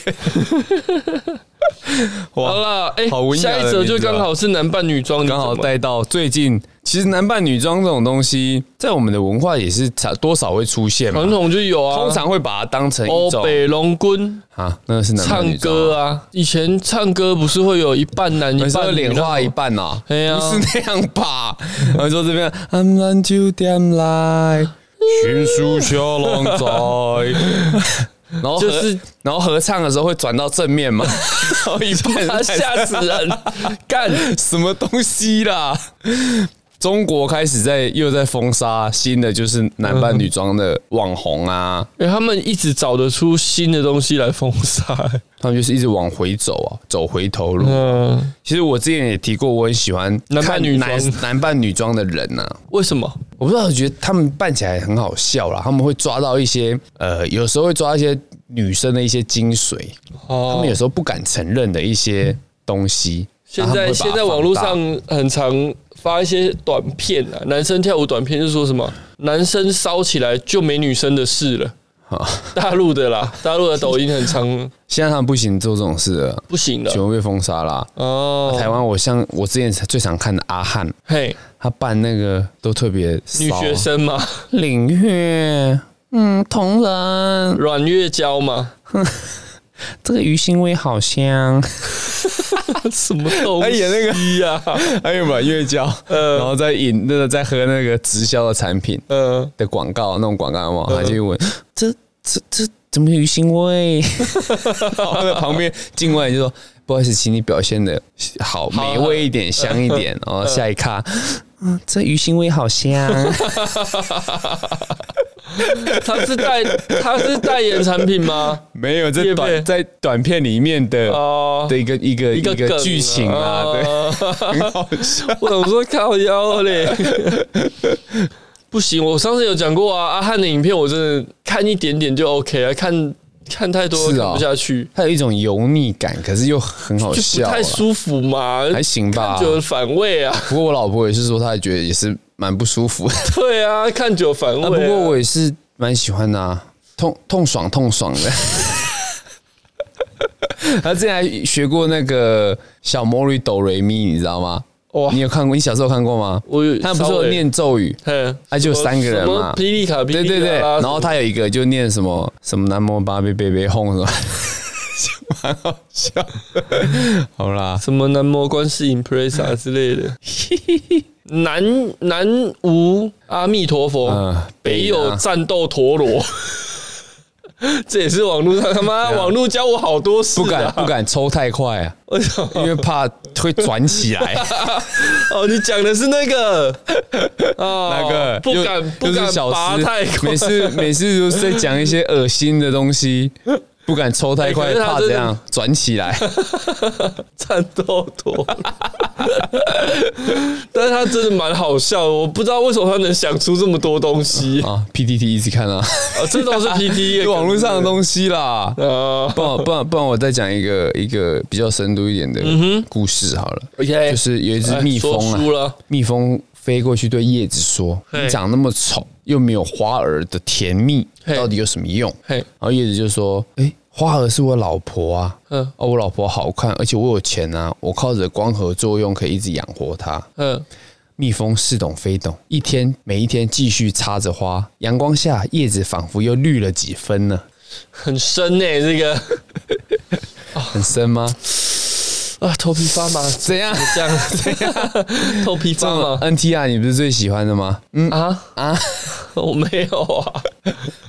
Speaker 1: 好
Speaker 2: 哇，
Speaker 1: 了，哎、
Speaker 2: 好文雅
Speaker 1: 下
Speaker 2: 的啊
Speaker 1: 一则就刚好是男扮女装，你
Speaker 2: 刚好
Speaker 1: 怎么
Speaker 2: 带到最近，其实男扮女装这种东西，在我们的文化也是常多少会出现嘛
Speaker 1: 传，统就有啊，
Speaker 2: 通常会把它当成一
Speaker 1: 欧
Speaker 2: 种
Speaker 1: 北龙棍。
Speaker 2: 啊，那个是男扮
Speaker 1: 唱
Speaker 2: 女装
Speaker 1: 歌，啊，以前唱歌不是会有一半男
Speaker 2: 你
Speaker 1: 一
Speaker 2: 说
Speaker 1: 半女
Speaker 2: 脸
Speaker 1: 吗
Speaker 2: 画一半呐，
Speaker 1: 哎呀
Speaker 2: 不是那样吧？然后说这边 I'm on to them like 迅速小龙仔， 然后合
Speaker 1: 就是
Speaker 2: 然后合唱的时候会转到正 面嘛，然后一
Speaker 1: 啊，
Speaker 2: 半
Speaker 1: 吓死人！干，
Speaker 2: 什么东西啦？中国开始在又在封杀新的就是男扮女装的网红啊，
Speaker 1: 因为他们一直找得出新的东西来封杀、
Speaker 2: 他们就是一直往回走啊，走回头路。
Speaker 1: 嗯，
Speaker 2: 其实我之前也提过，我很喜欢
Speaker 1: 男扮
Speaker 2: 看
Speaker 1: 女
Speaker 2: 男
Speaker 1: 装
Speaker 2: 男扮女装的人呐、啊，
Speaker 1: 为什么？
Speaker 2: 我不知道，我觉得他们扮起来很好笑啦，他们会抓到一些呃，有时候会抓到一些女生的一些精髓，他
Speaker 1: 哦
Speaker 2: 们有时候不敢承认的一些东西。
Speaker 1: 现
Speaker 2: 然
Speaker 1: 在
Speaker 2: 后他们会把它
Speaker 1: 现在网络
Speaker 2: 放大
Speaker 1: 上很常发一些短片啊，男生跳舞短片，就说什么男生骚起来就没女生的事了。
Speaker 2: 啊，
Speaker 1: 大陆的啦，大陆的抖音很长，
Speaker 2: 现在他们不行做这种事了，
Speaker 1: 不行
Speaker 2: 全
Speaker 1: 了。
Speaker 2: 部被封杀啦。
Speaker 1: 啊哦，
Speaker 2: 台湾，我像我之前最常看的阿汉，
Speaker 1: 嘿，
Speaker 2: 他扮那个都特别骚
Speaker 1: 女学生嘛，
Speaker 2: 领月，嗯，同人，
Speaker 1: 阮月娇嘛，
Speaker 2: 这个鱼腥味 好香。
Speaker 1: 什么东
Speaker 2: 他
Speaker 1: 西
Speaker 2: 演那个
Speaker 1: 哎呀、
Speaker 2: 还有阮月娇，
Speaker 1: 呃
Speaker 2: 然后再饮那个在喝那个直销的产品
Speaker 1: 嗯、
Speaker 2: 的广告，那种广告嘛，
Speaker 1: 嗯
Speaker 2: 他就问这这这怎么有鱼腥味？然后在 旁边境外人就说。 不好意思，请你表现的好啊
Speaker 1: 好
Speaker 2: 美味一点、香一 点。然后下一卡，嗯，这鱼腥味好香。啊
Speaker 1: 他是代他是代言产品吗？
Speaker 2: 没有，这
Speaker 1: 业配
Speaker 2: 短在短片里面的
Speaker 1: 哦、
Speaker 2: 的一个一个
Speaker 1: 一个梗
Speaker 2: 剧情啊，对， 很好笑。
Speaker 1: 我怎么说靠腰嘞？不行，我上次有讲过啊，阿汉的影片我真的看一点点就 OK 啊，看看太多
Speaker 2: 是
Speaker 1: 看
Speaker 2: 哦
Speaker 1: 不下去，
Speaker 2: 它有一种油腻感，可是又很好
Speaker 1: 就不
Speaker 2: 笑啦，啊
Speaker 1: 太舒服嘛，
Speaker 2: 还行吧
Speaker 1: 看。久了反胃啊，
Speaker 2: 不过我老婆也是说，她也觉得也是蛮不舒服的。
Speaker 1: 对啊，看久了反胃、
Speaker 2: 啊，
Speaker 1: 啊
Speaker 2: 不过我也是蛮喜欢的、啊，痛痛爽痛爽的。 他之前还学过那个小魔女哆瑞咪，你知道吗？
Speaker 1: 哇
Speaker 2: 你，有看过？你小时候看过吗？
Speaker 1: 我有
Speaker 2: 他不是有，念咒语，
Speaker 1: 稍微嘿，
Speaker 2: 他啊就有三个人
Speaker 1: 什
Speaker 2: 嘛
Speaker 1: 么。霹雳卡，
Speaker 2: 对对对，然后
Speaker 1: 他
Speaker 2: 他有一个就念什么什么南无八贝贝贝哄 什么，就蛮好笑的。好啦，
Speaker 1: 什么男模观世音 Presa 啊之类的，南南无阿弥陀佛，
Speaker 2: 嗯
Speaker 1: 北
Speaker 2: 北
Speaker 1: 有
Speaker 2: 呢
Speaker 1: 战斗陀螺。 这也是网络上他妈网络教我好多事、啊，
Speaker 2: 啊 不敢不敢抽太快啊，
Speaker 1: 为什么？
Speaker 2: 因为怕会转起来。
Speaker 1: 哦，你讲的是那个 哦，
Speaker 2: 那个
Speaker 1: 不
Speaker 2: 又
Speaker 1: 敢不
Speaker 2: 又是
Speaker 1: 敢
Speaker 2: 小
Speaker 1: 拔
Speaker 2: 时
Speaker 1: 太快，
Speaker 2: 每次每次都是在讲一些恶心的东西， 不敢抽太
Speaker 1: 哎
Speaker 2: 快，
Speaker 1: 可是他
Speaker 2: 怕
Speaker 1: 真
Speaker 2: 怎
Speaker 1: 的
Speaker 2: 样转 起来。
Speaker 1: 战斗陀， 但是他真的蛮好笑的，我不知道为什么他能想出这么多东西啊、
Speaker 2: 啊，PPT 一直看啊，
Speaker 1: 这都是 P T E
Speaker 2: 是 网络上的东西啦。
Speaker 1: 啊、
Speaker 2: 不然不然不然，我再讲一个一个比较深度一点
Speaker 1: 嗯
Speaker 2: 的故事好了。
Speaker 1: o k
Speaker 2: 就是有一只蜜蜂
Speaker 1: 哎说
Speaker 2: 啊，
Speaker 1: 输了，
Speaker 2: 蜜蜂飞过去对叶子说：“
Speaker 1: 嘿
Speaker 2: 你长那么丑，又没有花儿的甜蜜，
Speaker 1: 嘿
Speaker 2: 到底有什么用？”
Speaker 1: 嘿，
Speaker 2: 然后叶子就说：“哎、花儿是我老婆啊，
Speaker 1: 嗯
Speaker 2: 嗯，哦，我老婆好看，而且我有钱啊，我靠着光合作用可以一直养活她。
Speaker 1: 嗯，”
Speaker 2: 蜜蜂似懂非懂，一天每一天继续插着花，阳光下叶子仿佛又绿了几分呢，
Speaker 1: 很深呢、这个
Speaker 2: 很深吗？
Speaker 1: 啊，头皮发麻，
Speaker 2: 怎样？
Speaker 1: 这样这样，头皮
Speaker 2: 这
Speaker 1: 发
Speaker 2: 种
Speaker 1: 麻
Speaker 2: NTR 你不是最喜欢的吗？嗯，
Speaker 1: 啊啊， 我没有啊，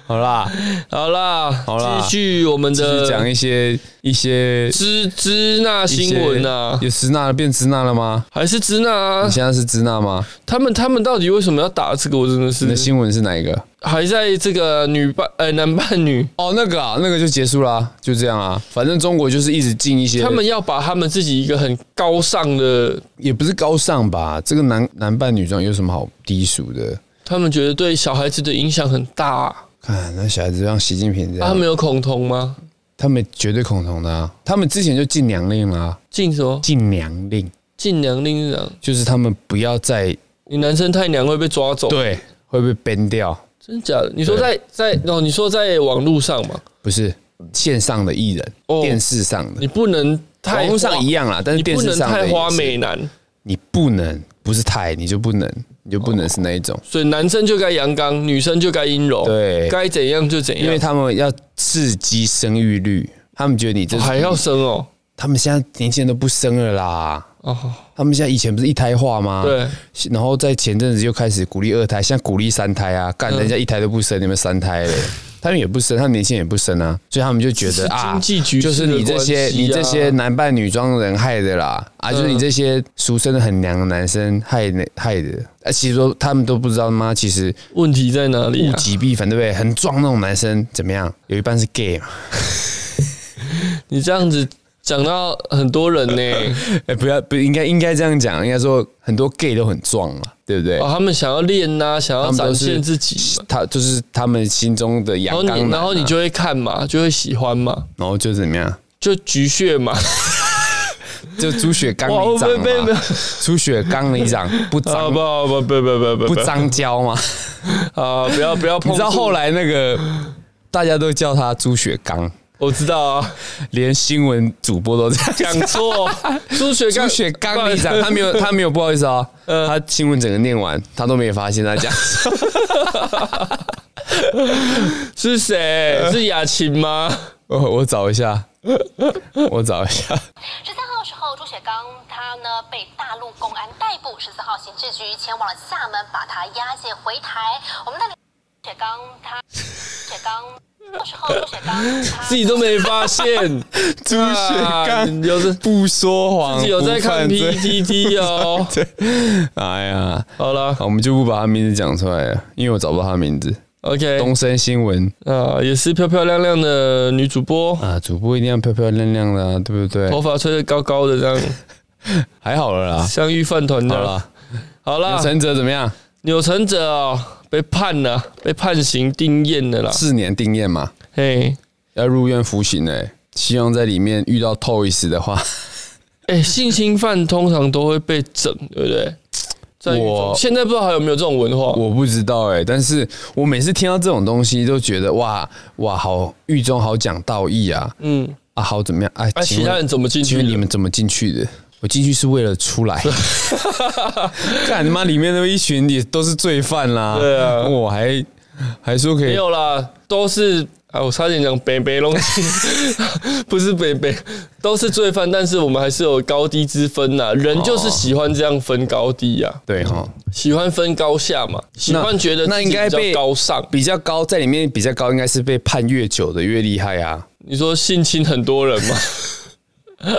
Speaker 2: 好啦，
Speaker 1: 好啦，
Speaker 2: 好啦
Speaker 1: 继续我们
Speaker 2: 继续讲
Speaker 1: 的
Speaker 2: 一些一些
Speaker 1: 支支那
Speaker 2: 一些
Speaker 1: 新闻啊，
Speaker 2: 有支那了变支那了吗？
Speaker 1: 还是支那啊
Speaker 2: 你，现在是支那吗？
Speaker 1: 他们他们到底为什么要打这个？我真的
Speaker 2: 你的
Speaker 1: 是
Speaker 2: 新闻是哪一个？
Speaker 1: 还在这个女伴呃男伴侣，
Speaker 2: 哦，那个啊，那个就结束啦、就这样啊。反正中国就是一直进一些，
Speaker 1: 他们要把他们自己一个很高尚的，
Speaker 2: 也不是高尚吧？这个男男扮女装有什么好低俗的？
Speaker 1: 他们觉得对小孩子的影响很大、啊，
Speaker 2: 看那小孩子像习近平这样，
Speaker 1: 他们有恐同吗？
Speaker 2: 他们绝对恐同的啊！他们之前就禁娘令啦、
Speaker 1: 禁什么？
Speaker 2: 禁娘令
Speaker 1: 禁娘令是这样，
Speaker 2: 就是他们不要再
Speaker 1: 你男生太娘会被抓走，
Speaker 2: 对会被 ban 掉，
Speaker 1: 真假的？你说在
Speaker 2: 对
Speaker 1: 在哦，你说在网络上嘛，
Speaker 2: 不是线上的艺人，
Speaker 1: 哦
Speaker 2: 电视上的
Speaker 1: 你。不能太
Speaker 2: 网络上
Speaker 1: 花
Speaker 2: 一，样啦，但
Speaker 1: 你
Speaker 2: 是电
Speaker 1: 不
Speaker 2: 视
Speaker 1: 能
Speaker 2: 上的
Speaker 1: 太
Speaker 2: 也
Speaker 1: 花
Speaker 2: 是
Speaker 1: 美，男，
Speaker 2: 你不能不是太，你就不能，你就不能是那一种，
Speaker 1: 所以男生就该阳刚，女生就该阴柔，
Speaker 2: 对
Speaker 1: 该怎样就怎
Speaker 2: 因为
Speaker 1: 样，
Speaker 2: 他们要刺激生育率，他们觉得你这
Speaker 1: 还要生哦，
Speaker 2: 他们现在年轻人都不生了啦。
Speaker 1: 哦，
Speaker 2: 他们现在以前不是一胎化吗？。
Speaker 1: 对。
Speaker 2: 然后在前阵子又开始鼓励二胎，现在鼓励三胎啊，
Speaker 1: 嗯
Speaker 2: 干人家一胎都不生，你们三胎 嘞，他们也不生，他们年轻人也不生啊，所以他们就觉
Speaker 1: 是
Speaker 2: 得啊
Speaker 1: 经，济局势
Speaker 2: 就
Speaker 1: 的
Speaker 2: 是你这些
Speaker 1: 关系啊嗯
Speaker 2: 你这些男扮女装人害的啦，啊，就是你这些俗称的很娘的男生害的害的，啊，其实说他们都不知道妈，其实
Speaker 1: 问题在哪里、
Speaker 2: 物
Speaker 1: 啊？
Speaker 2: 极必反，对不对？很壮那种男生怎么样？有一半是 gay 嘛，
Speaker 1: 你这样子讲到很多人呢、
Speaker 2: 哎，不要不应该应该这样讲，应该说很多 gay 都很壮嘛，对不对？
Speaker 1: 哦，他们想要练呐、想要
Speaker 2: 他们
Speaker 1: 展
Speaker 2: 都是
Speaker 1: 现自己嘛，
Speaker 2: 他就是他们心中的
Speaker 1: 然
Speaker 2: 阳
Speaker 1: 后
Speaker 2: 刚
Speaker 1: 你
Speaker 2: 男啊
Speaker 1: 然后你就会看嘛，就会喜欢嘛，
Speaker 2: 然后就怎么样，
Speaker 1: 就局血 嘛，
Speaker 2: 就猪血缸
Speaker 1: 哇
Speaker 2: 里
Speaker 1: 会被
Speaker 2: 长
Speaker 1: 被
Speaker 2: 嘛，猪血缸里长不
Speaker 1: 啊
Speaker 2: 脏
Speaker 1: 不不不不不
Speaker 2: 哦不哦
Speaker 1: 不
Speaker 2: 脏胶嘛？
Speaker 1: 啊！不要不要碰触，
Speaker 2: 你知道后来那个大家都叫他猪血缸，
Speaker 1: 我知道啊，
Speaker 2: 连新闻主播都这样讲。
Speaker 1: 讲错，朱雪刚
Speaker 2: 猪血缸里长，他没有，他没有，不好意思啊、哦，他新闻整个念完，他都没发现他讲。
Speaker 1: 是
Speaker 2: 呃
Speaker 1: 谁？是雅琴吗？
Speaker 2: 我 我找一下， 我找一下，
Speaker 3: 十三号的时候，朱雪刚他呢被大陆公安逮捕，十四号刑事局前往了厦门，把他押解回台。我们的朱雪刚他， 朱雪刚那时候朱雪刚他
Speaker 1: 自己都没发 现，
Speaker 2: 猪血
Speaker 1: 啊
Speaker 2: 缸
Speaker 1: 你有是
Speaker 2: 不说谎，
Speaker 1: 自己有在看
Speaker 2: 不犯罪
Speaker 1: PPT 哦。
Speaker 2: 哎呀，
Speaker 1: 好了
Speaker 2: 好我们就不把他名字讲出来了，因为我找不到他名字。
Speaker 1: ，OK，
Speaker 2: 东森新闻
Speaker 1: 啊，也是漂漂亮亮的女主播，
Speaker 2: 啊，主播一定要漂漂亮亮的、啊，对不对？
Speaker 1: 头发吹得高高的，这样
Speaker 2: 还好了啦，
Speaker 1: 相遇饭团
Speaker 2: 好
Speaker 1: 的。
Speaker 2: 啦，
Speaker 1: 好啦
Speaker 2: 有，陈哲怎么样？
Speaker 1: 钮承哦泽啊，被判了，被判刑定谳的啦。
Speaker 2: 四年定谳嘛，
Speaker 1: 嘿，
Speaker 2: 要入院服刑嘞、希望在里面遇到 Toys 的话，
Speaker 1: 哎、性侵犯通常都会被整，对不对？在狱中
Speaker 2: 我
Speaker 1: 现在不知道还有没有这种文化。
Speaker 2: 我不知道哎、但是我每次听到这种东西，都觉得哇哇，好狱中好讲道义啊
Speaker 1: 嗯，
Speaker 2: 啊，好怎么样啊？
Speaker 1: 啊，其
Speaker 2: 请问
Speaker 1: 他人怎么进去
Speaker 2: 请问你
Speaker 1: 的？
Speaker 2: 们怎么进去的？我进去是为了出 来。干他妈，里面那一群也都是罪犯啦。
Speaker 1: 对啊
Speaker 2: 我还还说可
Speaker 1: 没
Speaker 2: 以
Speaker 1: 有啦，都是啊，我差点讲北北龙， 不是北北，都是罪犯，但是我们还是有高低之分呐。人就是喜欢这样分高低呀、
Speaker 2: 对哈，
Speaker 1: 喜欢分高下嘛，喜欢觉得
Speaker 2: 那
Speaker 1: 自己
Speaker 2: 应该
Speaker 1: 比较
Speaker 2: 被
Speaker 1: 高尚。
Speaker 2: 比较高，在里面比较高，应该是被判越久的越厉害啊。
Speaker 1: 你说性侵很多人吗？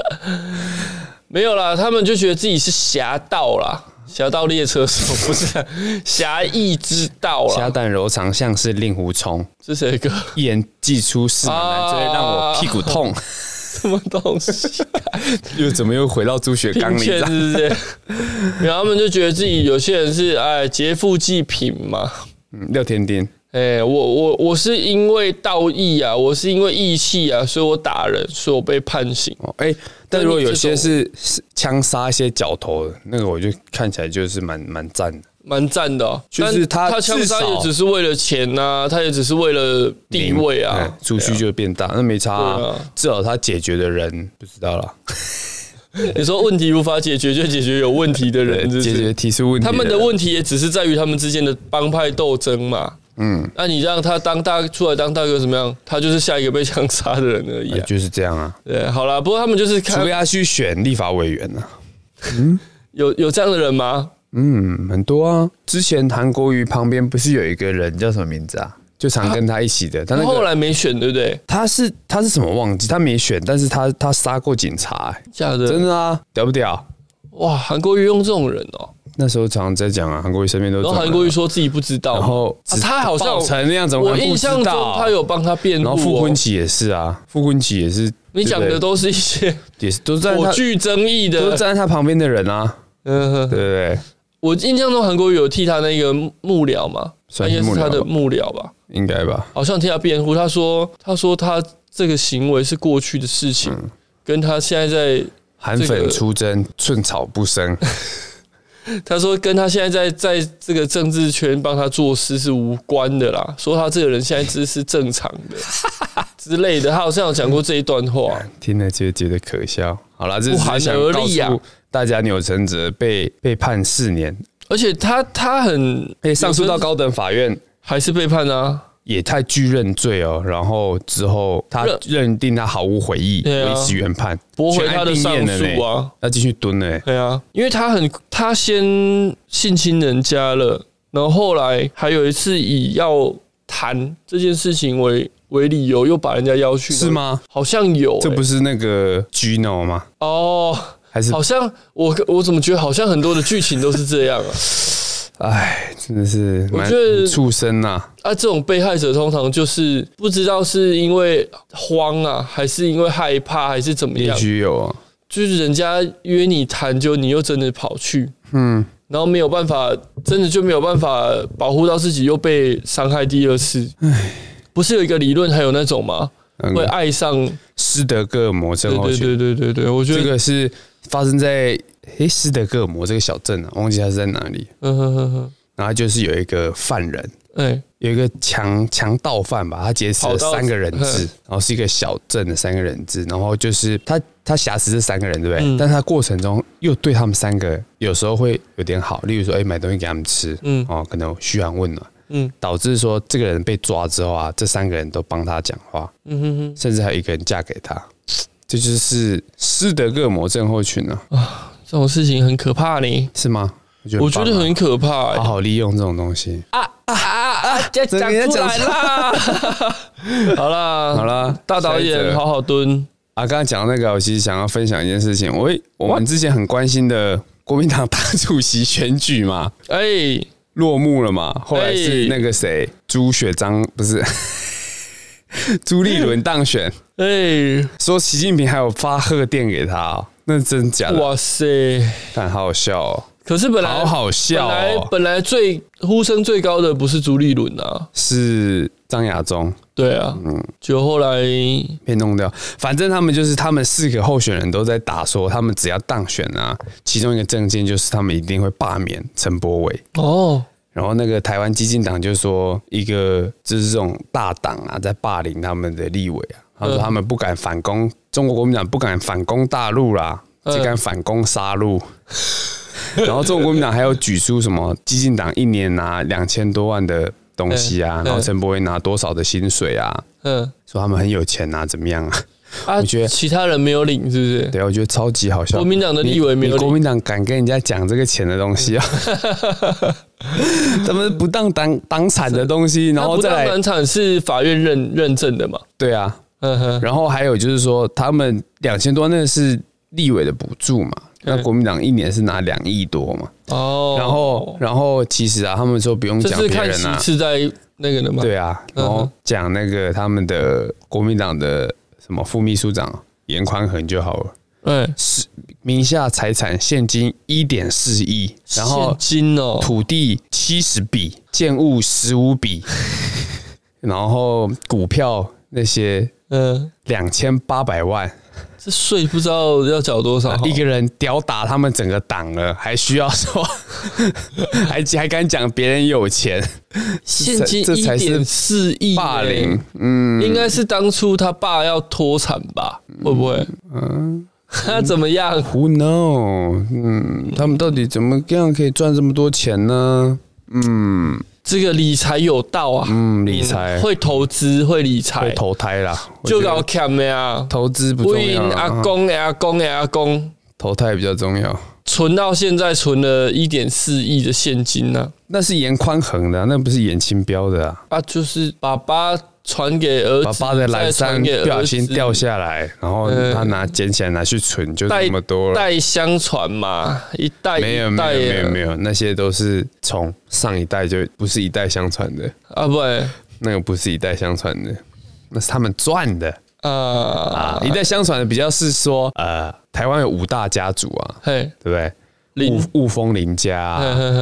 Speaker 1: 没有啦，他们就觉得自己是侠盗啦，侠盗猎车手不是 啊侠义之道
Speaker 2: 侠
Speaker 1: 啦。
Speaker 2: 胆柔肠像是令狐冲，
Speaker 1: 这谁的歌？
Speaker 2: 一言既出驷马难追，
Speaker 1: 啊
Speaker 2: 让我屁股 痛。
Speaker 1: 什么东西、啊？
Speaker 2: 又怎么又回到朱雪刚
Speaker 1: 贫
Speaker 2: 里
Speaker 1: 欠
Speaker 2: 了？
Speaker 1: 是 不是？然后他们就觉得自己有些人是哎劫富济贫嘛。
Speaker 2: 嗯廖天丁，
Speaker 1: 哎、我我我是因为道义啊，我是因为义气啊，所以我打人，所以我被判刑。
Speaker 2: 哦，哎、但如果有些是是枪杀一些角头的，那个我就看起来就是蛮蛮赞的。
Speaker 1: 蛮赞的、哦，
Speaker 2: 就是
Speaker 1: 但
Speaker 2: 他
Speaker 1: 他枪杀
Speaker 2: 至少
Speaker 1: 也只是为了钱呐、他也只是为了地位
Speaker 2: 哎
Speaker 1: 啊。
Speaker 2: 出去就变大，那没差、
Speaker 1: 对
Speaker 2: 啊
Speaker 1: 啊。
Speaker 2: 至少他解决的人不知道 了，
Speaker 1: 你说问题无法解决，就解决有问题的人，是不
Speaker 2: 解
Speaker 1: 是
Speaker 2: 决提出问题
Speaker 1: 他们的
Speaker 2: 人
Speaker 1: 问题啊也只是在于他们之间的帮派斗争嘛。嗯，那你让他当大出来当大哥怎么样？他就是下一个被枪杀的人而已
Speaker 2: 哎
Speaker 1: 啊。
Speaker 2: 就是这样啊。
Speaker 1: 对，好啦，不过他们就是
Speaker 2: 除
Speaker 1: 看
Speaker 2: 非他去选立法委员啊，
Speaker 1: 有有这样的人吗？
Speaker 2: 嗯，很多啊。之前韩国瑜旁边不是有一个人叫什么名字啊？就常跟他一起的，但那
Speaker 1: 后
Speaker 2: 个
Speaker 1: 来没选，对不对？
Speaker 2: 他是他是什么忘记，他没选，但是他他杀过警察、哎
Speaker 1: 假的，
Speaker 2: 真的啊，屌不屌？
Speaker 1: 哇！韩国瑜用这种人哦，
Speaker 2: 那时候常常在讲啊，韩国瑜身边都是
Speaker 1: 然后
Speaker 2: 这种
Speaker 1: 韩
Speaker 2: 人
Speaker 1: 国瑜说自己不知道，
Speaker 2: 然后
Speaker 1: 啊他好像
Speaker 2: 爆成那样，怎么
Speaker 1: 我
Speaker 2: 可能
Speaker 1: 印
Speaker 2: 不知
Speaker 1: 象中
Speaker 2: 道
Speaker 1: 他有帮他辩护
Speaker 2: 然
Speaker 1: 哦。
Speaker 2: 后傅昆萁也是啊，傅昆萁也是，
Speaker 1: 你讲
Speaker 2: 对
Speaker 1: 的
Speaker 2: 不对
Speaker 1: 都是一 些
Speaker 2: 也是都在
Speaker 1: 颇
Speaker 2: 他
Speaker 1: 具争议
Speaker 2: 都
Speaker 1: 的。
Speaker 2: 站在他旁边的人啊，
Speaker 1: 嗯，
Speaker 2: 对不对？
Speaker 1: 我印象中韩国瑜有替他那个幕僚嘛，
Speaker 2: 算
Speaker 1: 应
Speaker 2: 是
Speaker 1: 该是他的
Speaker 2: 幕僚吧
Speaker 1: 幕僚吧，
Speaker 2: 应该吧？
Speaker 1: 好像替他辩护。他说，他说他这个行为是过去的事情，
Speaker 2: 嗯
Speaker 1: 跟他现在在，
Speaker 2: 韩
Speaker 1: 这个
Speaker 2: 粉出征，寸草不 生，
Speaker 1: 他说跟他现在在在这个政治圈帮他做事是无关的啦。说他这个人现在只是正常的 之类的，他好像有讲过这一段话。
Speaker 2: 听了就觉得可笑。好啦，这只
Speaker 1: 不寒
Speaker 2: 是想
Speaker 1: 而
Speaker 2: 告
Speaker 1: 栗啊
Speaker 2: 诉大家，钮承泽被被判四年，
Speaker 1: 而且他他很
Speaker 2: 被哎上诉到高等法院。
Speaker 1: 还是背叛啊，
Speaker 2: 也太具认罪哦，然后之后他
Speaker 1: 认
Speaker 2: 认定他毫无悔意，
Speaker 1: 对啊
Speaker 2: 维持原判，
Speaker 1: 驳回他的
Speaker 2: 全
Speaker 1: 上
Speaker 2: 案定谳
Speaker 1: 诉
Speaker 2: 了呢，
Speaker 1: 啊。
Speaker 2: 要继续蹲呢、
Speaker 1: 对啊，因为他很他先性侵人家了，然后后来还有一次以要谈这件事情为为理由，又把人家邀去，
Speaker 2: 是？吗？
Speaker 1: 好像有欸、
Speaker 2: 这不是那个 Gino 吗？
Speaker 1: 哦，
Speaker 2: 还是
Speaker 1: 好像我我怎么觉得好像很多的剧情都是这样啊？
Speaker 2: 哎，真的是
Speaker 1: 我
Speaker 2: 蛮
Speaker 1: 觉得
Speaker 2: 畜生呐！
Speaker 1: 啊，这种被害者通常就是不知道是因为慌啊，还是因为害怕，还是怎么
Speaker 2: 也
Speaker 1: 样？
Speaker 2: 许有啊，
Speaker 1: 就是人家约你谈，就你又真的跑去，
Speaker 2: 嗯，
Speaker 1: 然后没有办法，真的就没有办法保护到自己，又被伤害第二次。不是有一个理论还有那种吗？
Speaker 2: 那
Speaker 1: 会
Speaker 2: 个
Speaker 1: 爱上？
Speaker 2: 斯德哥尔摩症
Speaker 1: 对
Speaker 2: 候
Speaker 1: 对
Speaker 2: 群，
Speaker 1: 对对对对，我觉
Speaker 2: 这
Speaker 1: 得，
Speaker 2: 个是发生在诶斯德哥尔摩这个小镇啊，忘记它是在哪里。
Speaker 1: 嗯哼哼哼，
Speaker 2: 然后就是有一个犯人，
Speaker 1: 哎，
Speaker 2: 有一个强强盗犯吧，他劫持了
Speaker 1: 跑到
Speaker 2: 三个人质，
Speaker 1: 嗯
Speaker 2: 然后是一个小镇的三个人质，然后就是他他挟持这三个人，对不对？
Speaker 1: 嗯
Speaker 2: 但是他过程中又对他们三个有时候会有点好，例如说，哎、买东西给他们吃，
Speaker 1: 嗯
Speaker 2: 哦，可能嘘寒问暖，
Speaker 1: 嗯
Speaker 2: 导致说这个人被抓之后啊，这三个人都帮他讲话，
Speaker 1: 嗯哼哼，
Speaker 2: 甚至还有一个人嫁给他，这就是斯德哥尔摩症候群啊，
Speaker 1: 这种事情很可怕呢，
Speaker 2: 是吗？
Speaker 1: 哦我
Speaker 2: 我
Speaker 1: 觉
Speaker 2: 觉
Speaker 1: 得
Speaker 2: 得很棒啊
Speaker 1: 很可怕、
Speaker 2: 好
Speaker 1: 欸。
Speaker 2: 好利用这种东
Speaker 1: 啊
Speaker 2: 西。
Speaker 1: 再啊讲
Speaker 2: 啊你在
Speaker 1: 出
Speaker 2: 讲
Speaker 1: 来 啦！好啦，
Speaker 2: 好，啦，
Speaker 1: 大导
Speaker 2: 下一
Speaker 1: 演
Speaker 2: 则
Speaker 1: 好好蹲。
Speaker 2: 啊，刚刚讲到那个，我其实想要分享一件事情，我会我们之前很关心的国民党党主席选举嘛，
Speaker 1: 哎、
Speaker 2: 落幕了嘛，后来是
Speaker 1: 哎
Speaker 2: 那个谁，朱雪章不是 朱立伦当选，
Speaker 1: 哎、
Speaker 2: 说习近平还有发贺电给他、哦，那真假的？
Speaker 1: 哇塞！
Speaker 2: 但好好笑哦。
Speaker 1: 可是本来
Speaker 2: 好好笑
Speaker 1: 本来
Speaker 2: 哦，
Speaker 1: 本来最呼声最高的不是朱立伦啊，
Speaker 2: 是张亚中
Speaker 1: 对啊，
Speaker 2: 嗯
Speaker 1: 就后来
Speaker 2: 被弄掉。反正他们就是他们四个候选人都在打说，他们只要当选啊，其中一个证件就是他们一定会罢免陈柏伟。
Speaker 1: 哦，
Speaker 2: 然后那个台湾激进党就说，一个就是这种大党啊，在霸凌他们的立委啊，他说
Speaker 1: 嗯
Speaker 2: 他们不敢反攻中国国民党，不敢反攻大陆啦，
Speaker 1: 嗯
Speaker 2: 只敢反攻杀戮。 然后中国国民党还有举出什么激进党一年拿两千多万的东西啊，
Speaker 1: 嗯
Speaker 2: 然后陈柏惟拿多少的薪水啊，
Speaker 1: 嗯
Speaker 2: 说他们很有钱啊，怎么样啊？
Speaker 1: 啊，
Speaker 2: 我觉得
Speaker 1: 其他人没有领是不是？
Speaker 2: 对啊，我觉得超级好笑。
Speaker 1: 国民党的立委没有
Speaker 2: 你
Speaker 1: 领
Speaker 2: 你国民党敢跟人家讲这个钱的 东西啊？他们是不当党党产的东西，然后
Speaker 1: 不
Speaker 2: 再
Speaker 1: 当
Speaker 2: 来
Speaker 1: 党产是法院认认证的嘛，
Speaker 2: 对啊，
Speaker 1: 嗯哼，
Speaker 2: 然后还有就是说，他们两千多那个是立委的补助嘛，那
Speaker 1: 嗯
Speaker 2: 国民党一年是拿两亿多嘛，
Speaker 1: 哦，
Speaker 2: 然后然后其实啊，他们说不用
Speaker 1: 这
Speaker 2: 讲
Speaker 1: 是
Speaker 2: 别
Speaker 1: 看
Speaker 2: 人
Speaker 1: 席
Speaker 2: 啊，
Speaker 1: 次在那个的嘛，
Speaker 2: 对啊，然
Speaker 1: 嗯
Speaker 2: 后
Speaker 1: 哼
Speaker 2: 讲那个他们的国民党的什么副秘书长严宽恒就好了。
Speaker 1: 哎，
Speaker 2: 名下财产现金一点四亿，然后
Speaker 1: 现金哦，
Speaker 2: 土地七十笔，建物十五笔， 然后股票那些
Speaker 1: 嗯，
Speaker 2: 两千八百万，
Speaker 1: 这税不知道要缴多少，
Speaker 2: 啊
Speaker 1: 哦
Speaker 2: 一个人吊打他们整个党了，还需要说， 还还敢讲别人有钱
Speaker 1: 现金
Speaker 2: 这
Speaker 1: 一
Speaker 2: 才是
Speaker 1: 点四亿
Speaker 2: 霸
Speaker 1: 欸
Speaker 2: 凌，嗯
Speaker 1: 应该是当初他爸要脱产吧？会不会？嗯， 他怎么样？
Speaker 2: ？Who know？嗯，他们到底怎么样可以赚这么多钱呢？嗯
Speaker 1: 这个理财有道啊，
Speaker 2: 嗯，理财
Speaker 1: 会投资，会理财，
Speaker 2: 会投胎啦，我
Speaker 1: 就
Speaker 2: 觉得
Speaker 1: 搞 cam 的啊，
Speaker 2: 投资不
Speaker 1: 不
Speaker 2: 重
Speaker 1: 赢
Speaker 2: 要嗯啦，
Speaker 1: 阿公哎的阿公的阿公，
Speaker 2: 投胎比较重要。
Speaker 1: 存到现在存了一点四亿的现金呢、
Speaker 2: 那是严宽恒的啊、那不是严清标的啊。
Speaker 1: 啊，啊，就是爸爸传给儿子，
Speaker 2: 爸爸的蓝
Speaker 1: 再
Speaker 2: 山
Speaker 1: 传给儿
Speaker 2: 不
Speaker 1: 子
Speaker 2: 小心掉下来，然后
Speaker 1: 嗯
Speaker 2: 他拿捡起来拿去存，就
Speaker 1: 代
Speaker 2: 这么多了。
Speaker 1: 代相传嘛，一代
Speaker 2: 没有
Speaker 1: 一
Speaker 2: 没
Speaker 1: 代
Speaker 2: 有没有
Speaker 1: 啊
Speaker 2: 没有，那些都是从上一代就不是一代相传的，
Speaker 1: 啊，不然
Speaker 2: 那个不是一代相传的，那是他们赚的啊
Speaker 1: 啊，。
Speaker 2: 一代相传的比较是说，呃，台湾有五大家族啊，
Speaker 1: 嘿，
Speaker 2: 对不对？
Speaker 1: 林
Speaker 2: 雾雾峰林家
Speaker 1: 呵
Speaker 2: 啊，
Speaker 1: 呵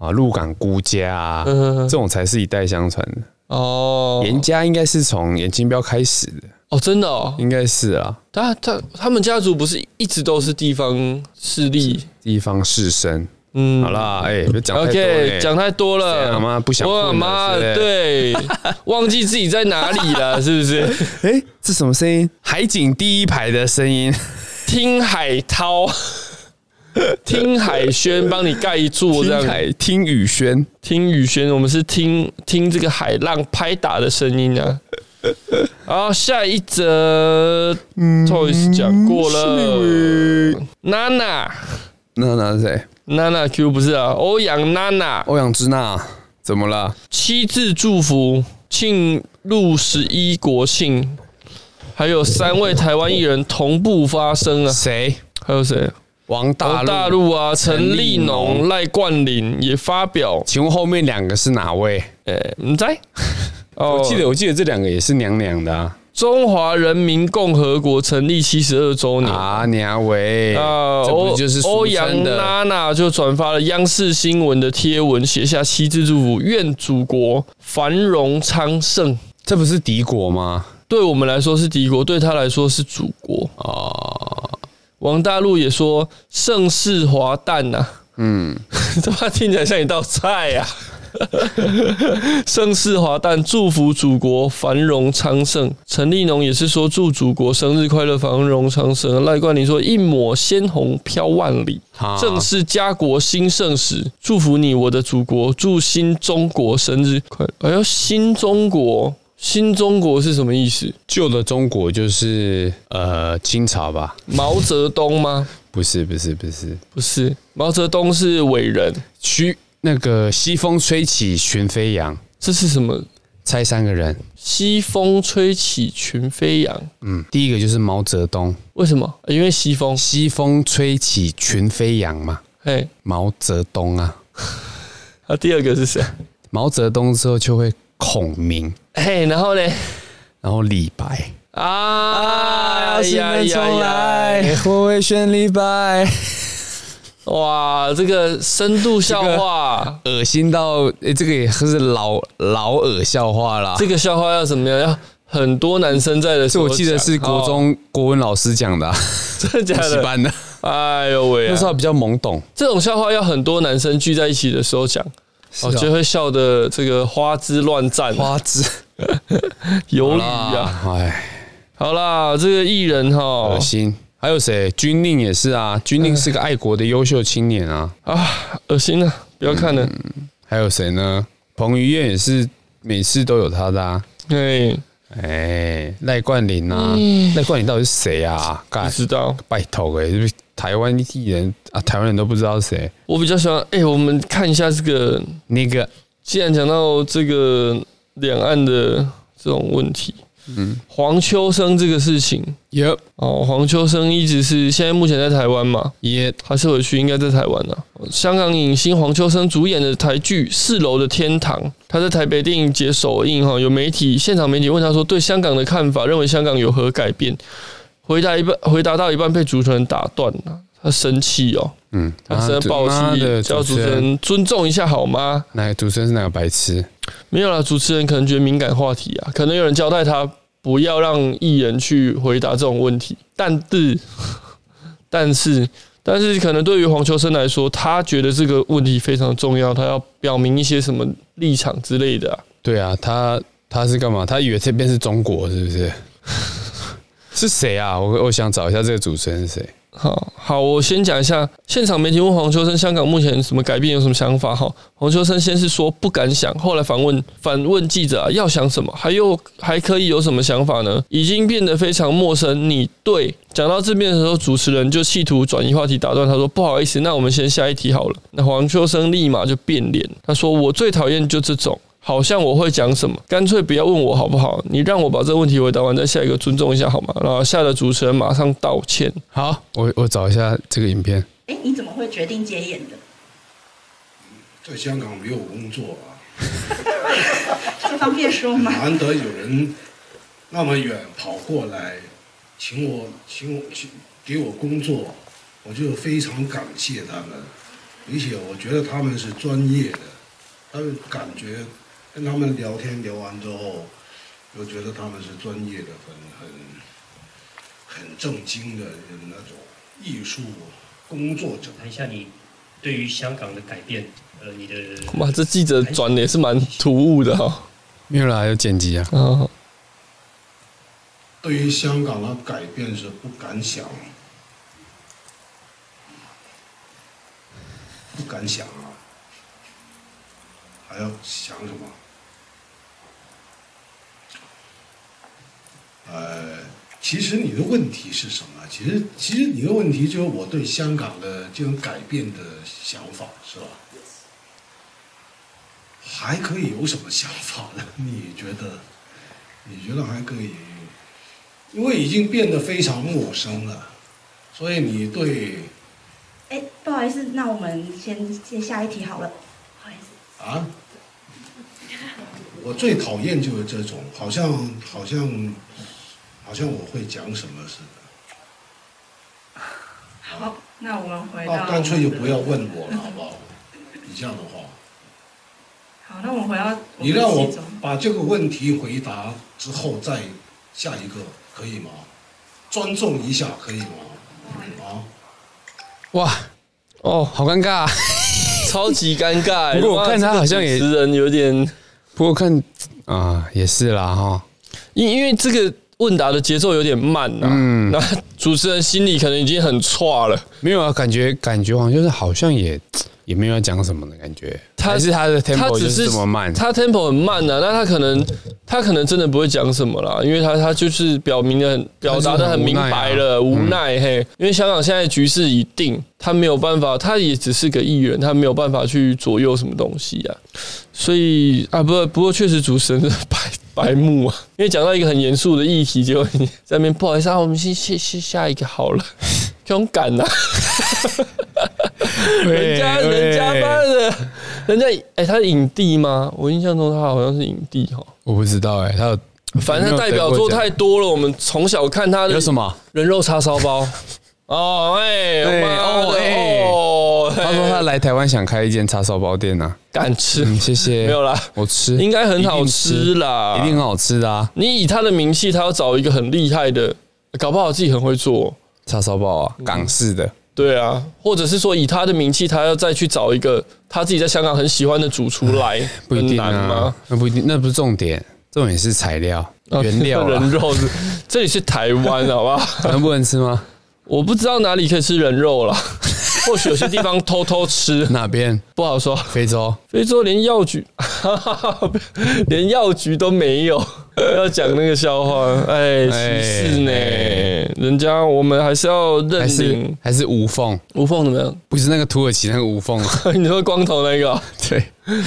Speaker 1: 呵，
Speaker 2: 啊鹿港孤家啊，
Speaker 1: 嗯嗯嗯
Speaker 2: 这种才是一代相传的。
Speaker 1: 哦，
Speaker 2: 严家应该是从严金标开始的，
Speaker 1: 哦，真的哦，
Speaker 2: 应该是啊。
Speaker 1: 他他他们家族不是一直都是地方势力？
Speaker 2: 地方士绅。
Speaker 1: 嗯，
Speaker 2: 好啦，哎、别讲太多了、
Speaker 1: OK，讲太多
Speaker 2: 谁
Speaker 1: 了，
Speaker 2: 啊妈不想
Speaker 1: 我
Speaker 2: 混了
Speaker 1: 妈
Speaker 2: 是不是
Speaker 1: 对，忘记自己在哪里了，是不是？
Speaker 2: 哎、这什么声音？海景第一排的声音，
Speaker 1: 听海涛，听海轩帮你盖一座这
Speaker 2: 听
Speaker 1: 样。
Speaker 2: 海听雨轩，
Speaker 1: 听雨轩，我们是听听这个海浪拍打的声音啊。然后下一则，Toys
Speaker 2: 嗯
Speaker 1: 讲过了，娜娜。
Speaker 2: 那那是谁？
Speaker 1: 娜娜 Q 不是啊，欧阳娜娜
Speaker 2: 欧阳之娜，怎么了？
Speaker 1: 七字祝福庆祝十一国庆，还有三位台湾艺人同步发声啊，
Speaker 2: 谁？
Speaker 1: 还有谁？
Speaker 2: 王
Speaker 1: 大
Speaker 2: 大陆。
Speaker 1: 大陆啊，陈立
Speaker 2: 陈立
Speaker 1: 农、赖冠霖也发表，
Speaker 2: 请问后面两个是哪位？
Speaker 1: 诶、你在？哦
Speaker 2: 我记得，我记得这两个也是娘娘的啊。
Speaker 1: 中华人民共和国成立七十二周年。
Speaker 2: 啊，娘喂，
Speaker 1: 嗯啊，
Speaker 2: 这
Speaker 1: 欧
Speaker 2: 不就是
Speaker 1: 欧
Speaker 2: 俗
Speaker 1: 阳
Speaker 2: 称的
Speaker 1: 娜娜就转发了央视新闻的贴文，写下七字祝福，愿祖国繁荣昌盛。
Speaker 2: 这不是敌国吗？
Speaker 1: 对我们来说是敌国，对他来说是祖国啊。王大陆也说盛世华诞呐、嗯， 他妈听起来像一道菜呀、 盛世华诞，祝福祖国繁荣昌盛。陈立农也是说祝祖国生日快乐，繁荣昌盛。赖冠霖说一抹鲜红飘万里，
Speaker 2: 啊
Speaker 1: 正是家国兴盛时。祝福你，我的祖国，祝新中国生日快乐。哎呦，新中国，新中国是什么意思？
Speaker 2: 旧的中国就是呃清朝吧？
Speaker 1: 毛泽东吗？
Speaker 2: 不是，不是，不是。
Speaker 1: 不是，毛泽东是伟人，
Speaker 2: 徐那个西风吹起群飞扬，
Speaker 1: 这是什么？
Speaker 2: 猜三个人。
Speaker 1: 西风吹起群飞扬，
Speaker 2: 嗯，第一个就是毛泽东，
Speaker 1: 为什么？因为西风，
Speaker 2: 西风吹起群飞扬嘛，
Speaker 1: 哎，
Speaker 2: 毛泽东啊，
Speaker 1: 啊，第二个是谁？
Speaker 2: 毛泽东之后就会孔明，
Speaker 1: 嘿，然后呢？
Speaker 2: 然后李白
Speaker 1: 啊啊，哎呀呀呀！
Speaker 2: 我会选李白。
Speaker 1: 哇，这个深度笑话，
Speaker 2: 恶心到诶，这个也是老老耳笑话啦。
Speaker 1: 这个笑话要怎么样？要很多男生在的时
Speaker 2: 这
Speaker 1: 候
Speaker 2: 我
Speaker 1: 讲，
Speaker 2: 记得是国
Speaker 1: 哦，
Speaker 2: 中国文老师讲的、啊，
Speaker 1: 真的假
Speaker 2: 补 习
Speaker 1: 的？
Speaker 2: 班的，
Speaker 1: 哎呦喂啊、
Speaker 2: 那时候还比较懵懂。
Speaker 1: 这种笑话要很多男生聚在一起的时候讲，哦，
Speaker 2: 是啊
Speaker 1: 就会笑的这个花枝乱颤，
Speaker 2: 花枝
Speaker 1: 鱿鱼啊。
Speaker 2: 啊，哎，
Speaker 1: 好啦，这个艺人哈
Speaker 2: 恶心。还有谁？军令也是啊，军令是个爱国的优秀青年啊。
Speaker 1: 啊，恶心啊，不要看了。
Speaker 2: 还有谁呢？彭于晏也是每次都有他的啊。
Speaker 1: 哎，
Speaker 2: 哎，赖冠霖啊，赖冠霖到底是谁啊？
Speaker 1: 不
Speaker 2: 干，
Speaker 1: 哎知道，
Speaker 2: 拜托哎、是不是台湾艺人啊，台湾人都不知道是谁。
Speaker 1: 我比较喜欢。哎，我们看一下这个，
Speaker 2: 那个
Speaker 1: 既然讲到这个两岸的这种问题，嗯，黄秋生这个事情
Speaker 2: 也
Speaker 1: 哦，黄秋生一直是现在目前在台湾嘛，
Speaker 2: 也
Speaker 1: 还是回去应该在台湾呢、啊香港影星黄秋生主演的台剧《四楼的天堂》，他在台北电影节首映哈，有媒体现场媒体问他说对香港的看法，认为香港有何改变？回答一半，回答到一半被主持人打断了，他生气哦，
Speaker 2: 嗯，
Speaker 1: 他真的暴
Speaker 2: 妈
Speaker 1: 气，
Speaker 2: 的
Speaker 1: 叫主
Speaker 2: 持
Speaker 1: 持人尊重一下好吗？
Speaker 2: 哪个主持人是哪个白痴？
Speaker 1: 没有啦，主持人可能觉得敏感话题啊，可能有人交代他不要让艺人去回答这种问题，但是， 但是，但是，可能对于黄秋生来说，他觉得这个问题非常重要，他要表明一些什么立场之类的、啊。
Speaker 2: 对啊，他他是干嘛？他以为这边是中国，是不是？ 是谁啊？我我想找一下这个主持人是谁。
Speaker 1: 好好，我先讲一下现场媒体问黄秋生香港目前什么改变，有什么想法？哈，黄秋生先是说不敢想，后来反问反问记者、啊、要想什么，还有还可以有什么想法呢？已经变得非常陌生。你对讲到这边的时候，主持人就企图转移话题，打断他说：“不好意思，那我们先下一题好了。”那黄秋生立马就变脸，他说：“我最讨厌就这种。”好像我会讲什么，干脆不要问我好不好？你让我把这个问题回答完，再下一个尊重一下好吗？然后吓得主持人马上道歉。
Speaker 2: 好，我我找一下这个影片。
Speaker 4: 哎，你怎么会决定戒烟的？
Speaker 5: 在香港没有工作啊，
Speaker 4: 这方便说吗？
Speaker 5: 难得有人那么远跑过来，请我请我请给我工作，我就非常感谢他们，而且我觉得他们是专业的，他们感觉跟他们聊天聊完之后，又觉得他们是专业的，很很很正经的那种艺术工作者。
Speaker 6: 谈一下你对于香港的改变，呃，你的
Speaker 1: 哇，这记者转的也是蛮突兀的哦哈、
Speaker 2: 没有啦，有剪辑啊。
Speaker 1: 哦。
Speaker 5: 对于香港的改变是不敢想，不敢想啊，还要想什么？呃，其实你的问题是什么？其实，其实你的问题就是我对香港的这种改变的想法，是吧？还可以有什么想法呢？ 你觉得？你觉得还可以？因为已经变得非常陌生了，所以你对
Speaker 4: 哎，不好意思，那我们先接下一题好了。不好意思，
Speaker 5: 啊，我最讨厌就是这种，好像好像好像我会讲什么似的。
Speaker 4: 好，那我们回
Speaker 5: 那
Speaker 4: 到
Speaker 5: 啊哦干脆就不要问我了，好不好？你这样的话，
Speaker 4: 好，那我们回到
Speaker 5: 你让
Speaker 4: 我
Speaker 5: 我
Speaker 4: 们的系统
Speaker 5: 把这个问题回答之后再下一个，可以吗？尊重一下，可以吗？啊？
Speaker 2: 哇，
Speaker 1: 哦，
Speaker 2: 好尴尬、啊。
Speaker 1: 超级尴尬、欸。
Speaker 2: 不过我看他好像也
Speaker 1: 主持人有点，
Speaker 2: 不过看啊、也是啦哈。
Speaker 1: 因因为这个问答的节奏有点慢呐、嗯，那主持人心里可能已经很差了。
Speaker 2: 没有啊，感觉感觉好像就是好像也也没有要讲什么的感觉。
Speaker 1: 他
Speaker 2: 还是他的 tempo 就
Speaker 1: 只
Speaker 2: 是这么慢。
Speaker 1: 他 tempo 很慢呐、那他可能他可能真的不会讲什么啦，因为他他就是表明的很表达的很明白了，
Speaker 2: 啊
Speaker 1: 无
Speaker 2: 嗯
Speaker 1: 奈,、嘿，因为香港现在局势已定，他没有办法，他也只是个议员，他没有办法去左右什么东西啊，所以啊，不不过确实主持人是白白目啊，因为讲到一个很严肃的议题，结果你在那边不好意思啊，我们先先先下一个好了， 勇敢呐、人家
Speaker 2: 喂
Speaker 1: 人家
Speaker 2: 喂
Speaker 1: 妈的，人家哎、他是影帝吗？我印象中他好像是影帝哈，
Speaker 2: 我不知道哎、他有
Speaker 1: 反正他代表作太多了，我们从小看他的
Speaker 2: 有什么？
Speaker 1: 人肉叉烧包哦，哎，
Speaker 2: 对
Speaker 1: 妈的
Speaker 2: 哦哎
Speaker 1: 哦，
Speaker 2: 他说他来台湾想开一间叉烧包店呐、啊，
Speaker 1: 敢吃，
Speaker 2: 嗯，谢谢，
Speaker 1: 没有啦
Speaker 2: 我吃，
Speaker 1: 应该很好
Speaker 2: 一
Speaker 1: 吃
Speaker 2: 定
Speaker 1: 啦，
Speaker 2: 一定很好吃的啊，
Speaker 1: 你以他的名气，他要找一个很厉害的，搞不好自己很会做。
Speaker 2: 叉烧包啊，港式的，
Speaker 1: 对啊，或者是说以他的名气，他要再去找一个他自己在香港很喜欢的主厨来，
Speaker 2: 不一定
Speaker 1: 很难
Speaker 2: 啊
Speaker 1: 吗？，
Speaker 2: 那不一定，那不是重点，重点是材料原料
Speaker 1: 哦 人
Speaker 2: 啦，
Speaker 1: 肉是，这里是台湾，好不好？
Speaker 2: 能不能吃吗？
Speaker 1: 我不知道哪里可以吃人肉 啦，或许有些地方偷偷吃，
Speaker 2: 哪边？
Speaker 1: 不好说。
Speaker 2: 非洲？
Speaker 1: 非洲连药局， 连药局都没有，要讲那个笑话，哎，歧视呢
Speaker 2: 哎？
Speaker 1: 人家我们还是要认
Speaker 2: 还是
Speaker 1: 领。
Speaker 2: 还是无缝？
Speaker 1: 无缝怎么样？
Speaker 2: 不是那个土耳其那个无缝啊，
Speaker 1: 你说光头那 个啊，
Speaker 2: 对，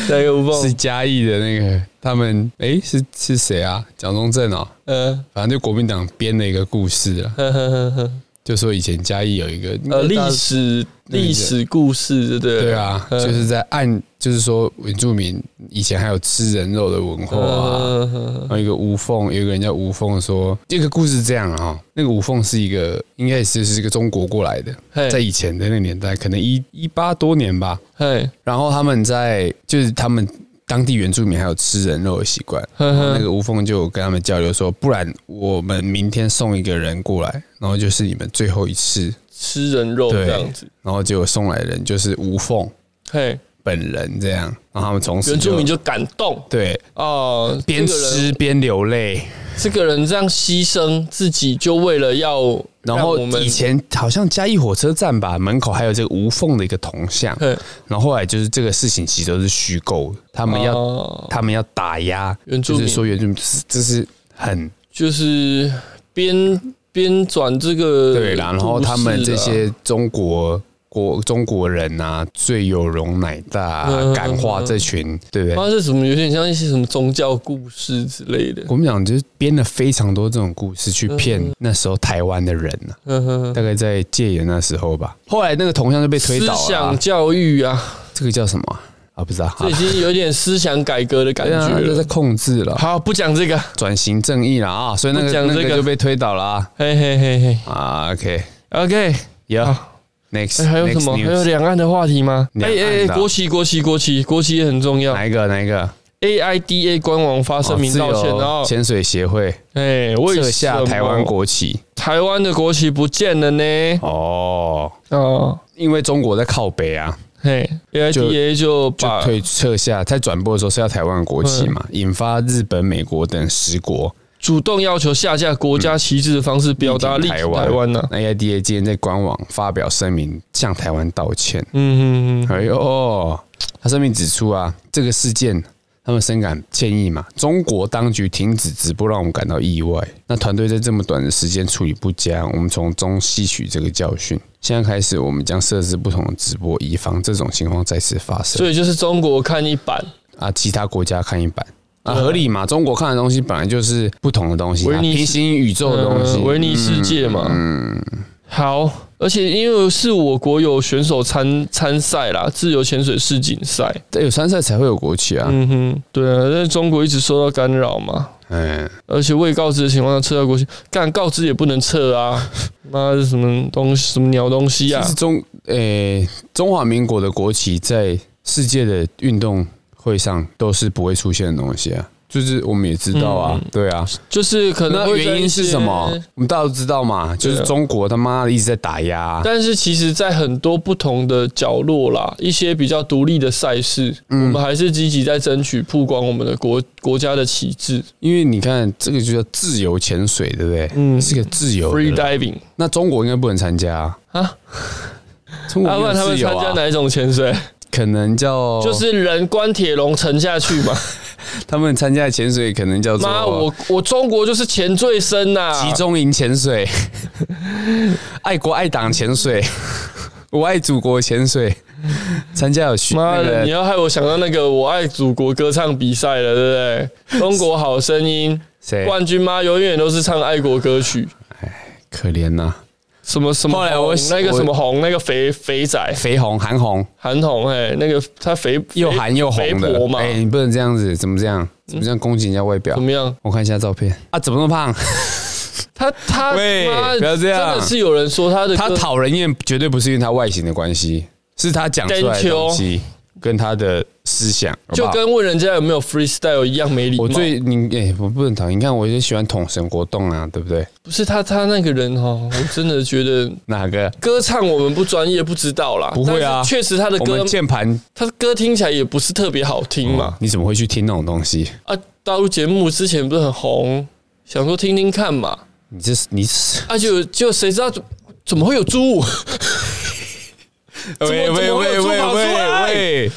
Speaker 1: 那个无
Speaker 2: 是
Speaker 1: 缝，
Speaker 2: 嘉义的那个，他们诶，是是谁啊？蒋中正哦，
Speaker 1: 嗯，
Speaker 2: 反正就国民党编的一个故事啊，
Speaker 1: 呵呵呵呵
Speaker 2: 就说以前嘉义有一个
Speaker 1: 呃，历史
Speaker 2: 那个
Speaker 1: 历史故事，对不对？
Speaker 2: 对啊，
Speaker 1: 嗯
Speaker 2: 就是在暗，就是说原住民以前还有吃人肉的文化啊。
Speaker 1: 嗯嗯嗯
Speaker 2: 然后一个无缝，有一个人叫无缝说，这个故事是这样啊、那个无缝是一个，应该也是是一个中国过来的，
Speaker 1: 嘿
Speaker 2: 在以前的那个年代，可能一一八多年吧。
Speaker 1: 嘿，
Speaker 2: 然后他们在就是他们当地原住民还有吃人肉的习惯，
Speaker 1: 呵
Speaker 2: 那
Speaker 1: 呵，
Speaker 2: 个无缝就有跟他们交流说，不然我们明天送一个人过来，然后就是你们最后一次，
Speaker 1: 吃人肉
Speaker 2: 对
Speaker 1: 这样子，，
Speaker 2: 然后结果送来的人就是无缝
Speaker 1: 嘿，
Speaker 2: 本人这样，然后他们从此
Speaker 1: 原住民就感动
Speaker 2: 对
Speaker 1: 哦，
Speaker 2: 边
Speaker 1: 这个人
Speaker 2: 吃边流泪，
Speaker 1: 这个人这样牺牲自己，就为了要
Speaker 2: 然
Speaker 1: 让
Speaker 2: 后
Speaker 1: 我们
Speaker 2: 以前好像嘉义火车站吧，门口还有这个无缝的一个铜像，
Speaker 1: 嘿
Speaker 2: 然后后来就是这个事情其实都是虚构的，他们要、
Speaker 1: 哦
Speaker 2: 他们要打压
Speaker 1: 原住民
Speaker 2: 就是说原住民，这是这是很
Speaker 1: 就是编编转这个
Speaker 2: 对啦，然后他们
Speaker 1: 故事
Speaker 2: 这
Speaker 1: 啊
Speaker 2: 些中国国中国人啊，最有容乃大、啊，
Speaker 1: 嗯
Speaker 2: 感化这群，对不对？
Speaker 1: 好像啊是什么有点像一些什么宗教故事之类的，
Speaker 2: 国民党就是编了非常多这种故事去骗那时候台湾的人呐、
Speaker 1: 嗯哼，
Speaker 2: 大概在戒严那时候吧。后来那个铜像就被推
Speaker 1: 思
Speaker 2: 倒了啊、
Speaker 1: 想教育啊，
Speaker 2: 这个叫什么啊啊？不知道，
Speaker 1: 这已
Speaker 2: 啊
Speaker 1: 经有点思想改革的感
Speaker 2: 对啊，
Speaker 1: 觉
Speaker 2: 就在
Speaker 1: 了。
Speaker 2: 控制了，
Speaker 1: 好，不讲这个，
Speaker 2: 转型正义了啊，所以那
Speaker 1: 不
Speaker 2: 个
Speaker 1: 讲
Speaker 2: 那
Speaker 1: 这个
Speaker 2: 个就被推倒了啊。
Speaker 1: 嘿嘿嘿嘿
Speaker 2: 啊，OK，
Speaker 1: ，OK，
Speaker 2: 有
Speaker 1: 好
Speaker 2: next，
Speaker 1: 哎还有
Speaker 2: next
Speaker 1: 什么？还
Speaker 2: news
Speaker 1: 有两岸的话题吗？哎
Speaker 2: 两岸的啊
Speaker 1: 哎哎，国旗国旗国旗国旗也很重要。
Speaker 2: 哪一个？哪一个？
Speaker 1: AIDA 官网发声明道
Speaker 2: 哦自
Speaker 1: 歉，
Speaker 2: 由
Speaker 1: 然后
Speaker 2: 潜水协会
Speaker 1: 哎，为
Speaker 2: 撤
Speaker 1: 什
Speaker 2: 下
Speaker 1: 么
Speaker 2: 台湾国旗
Speaker 1: 台湾的国旗不见了呢？
Speaker 2: 哦，
Speaker 1: 哦，
Speaker 2: 因为中国在靠北啊，
Speaker 1: 嘿，AIDA 就
Speaker 2: 就
Speaker 1: 把
Speaker 2: 退撤下，在转播的时候是要台湾国旗嘛，引发日本、美国等十国
Speaker 1: 主动要求下架国家旗帜的方式表达力
Speaker 2: 力
Speaker 1: 挺
Speaker 2: 挺
Speaker 1: 台湾啊呢、
Speaker 2: 那 AIDA 今天在官网发表声明，向台湾道歉。
Speaker 1: 嗯嗯嗯，
Speaker 2: 哎呦，他声明指出啊，这个事件。他们深感歉意嘛，中国当局停止直播让我们感到意外。那团队在这么短的时间处理不佳，我们从中吸取这个教训。现在开始，我们将设置不同的直播，以防这种情况再次发生。
Speaker 1: 所以就是中国看一版，
Speaker 2: 啊，其他国家看一版啊，合理嘛？中国看的东西本来就是不同的东西啊，
Speaker 1: 维尼斯
Speaker 2: 平行宇宙的东西
Speaker 1: 呃，维尼世界嘛。嗯，好，而且因为是我国有选手参参赛啦，自由潜水世锦赛。
Speaker 2: 对有参赛才会有国旗啊。
Speaker 1: 嗯哼，对啊，但是中国一直受到干扰嘛，
Speaker 2: 嗯，
Speaker 1: 而且未告知的情况下撤到国旗，干告知也不能撤 啊！妈的，什么东西，什么鸟东西
Speaker 2: 其
Speaker 1: 啊
Speaker 2: 实？中诶、中华民国的国旗在世界的运动会上都是不会出现的东西啊，就是我们也知道啊，对啊。
Speaker 1: 就是嗯可能
Speaker 2: 那
Speaker 1: 会在
Speaker 2: 原因是
Speaker 1: 一些
Speaker 2: 什么？我们大家都知道嘛，就是
Speaker 1: 对啊
Speaker 2: 中国他妈的一直在打压啊、
Speaker 1: 但是其实，在很多不同的角落啦，一些比较独立的赛事，
Speaker 2: 嗯
Speaker 1: 我们还是积极在争取曝光我们的国国家的旗帜
Speaker 2: 因为你看这个就叫自由潜水，对不对？
Speaker 1: 嗯
Speaker 2: 嗯，是个自由的
Speaker 1: ，free diving
Speaker 2: 那中国应该不能参加啊？
Speaker 1: 啊
Speaker 2: 中国
Speaker 1: 啊，不
Speaker 2: 没有
Speaker 1: 然他们
Speaker 2: 自由
Speaker 1: 参加
Speaker 2: 啊，
Speaker 1: 哪一种潜水？
Speaker 2: 可能叫
Speaker 1: 就是人关铁笼沉下去 嘛。
Speaker 2: 他们参加的潜水，可能叫做
Speaker 1: 妈，我我中国就是潜最深呐、
Speaker 2: 集中营潜水、爱国爱党潜水、我爱祖国潜水，参加有去
Speaker 1: 妈
Speaker 2: 那
Speaker 1: 的，你
Speaker 2: 个
Speaker 1: 要害我想到那个我爱祖国歌唱比赛了，对不对？中国好声 音
Speaker 2: 谁？
Speaker 1: 冠军妈永远都是唱爱国歌曲，
Speaker 2: 可怜呐、
Speaker 1: 什么什么
Speaker 2: 后来
Speaker 1: 红
Speaker 2: 我
Speaker 1: 那个
Speaker 2: 我
Speaker 1: 什么红那个肥肥仔。
Speaker 2: 肥红、韩红，
Speaker 1: 韩红哎、那个他肥
Speaker 2: 又韩又
Speaker 1: 肥
Speaker 2: 红的
Speaker 1: 婆，嘛，嗯
Speaker 2: 哎、你不能这样子，怎么这样？怎么这样攻击人家外表
Speaker 1: 怎？么样？
Speaker 2: 我看一下照片啊，怎么那么胖？
Speaker 1: 他他
Speaker 2: 喂
Speaker 1: 妈
Speaker 2: 不要这样
Speaker 1: 真的是有人说他的
Speaker 2: 他
Speaker 1: 歌
Speaker 2: 讨人厌绝对不是因为他外形的关系，是他讲出来的东西跟他的思想，好不
Speaker 1: 就
Speaker 2: 好
Speaker 1: 跟问人家有没有 freestyle 一样没礼貌。
Speaker 2: 我最你哎、我不能讨厌，你看我就喜欢统神活动啊，对不对？
Speaker 1: 不是他他那个人哈，我真的觉得
Speaker 2: 哪个？
Speaker 1: 歌唱我们不专业不知道啦，
Speaker 2: 不会啊
Speaker 1: 但是确实他的
Speaker 2: 我
Speaker 1: 歌
Speaker 2: 们键盘
Speaker 1: 他的歌听起来也不是特别好听嘛
Speaker 2: 嘛，。哦你怎么会去听那种东西？
Speaker 1: 啊，大陆节目之前不是很红，想说听听看嘛，
Speaker 2: 你这是你是
Speaker 1: 啊就就谁知道怎怎么会有猪？么怎么
Speaker 2: 喂
Speaker 1: 会
Speaker 2: 喂
Speaker 1: 有
Speaker 2: 喂
Speaker 1: 猪
Speaker 2: 喂
Speaker 1: 跑出来
Speaker 2: 喂喂！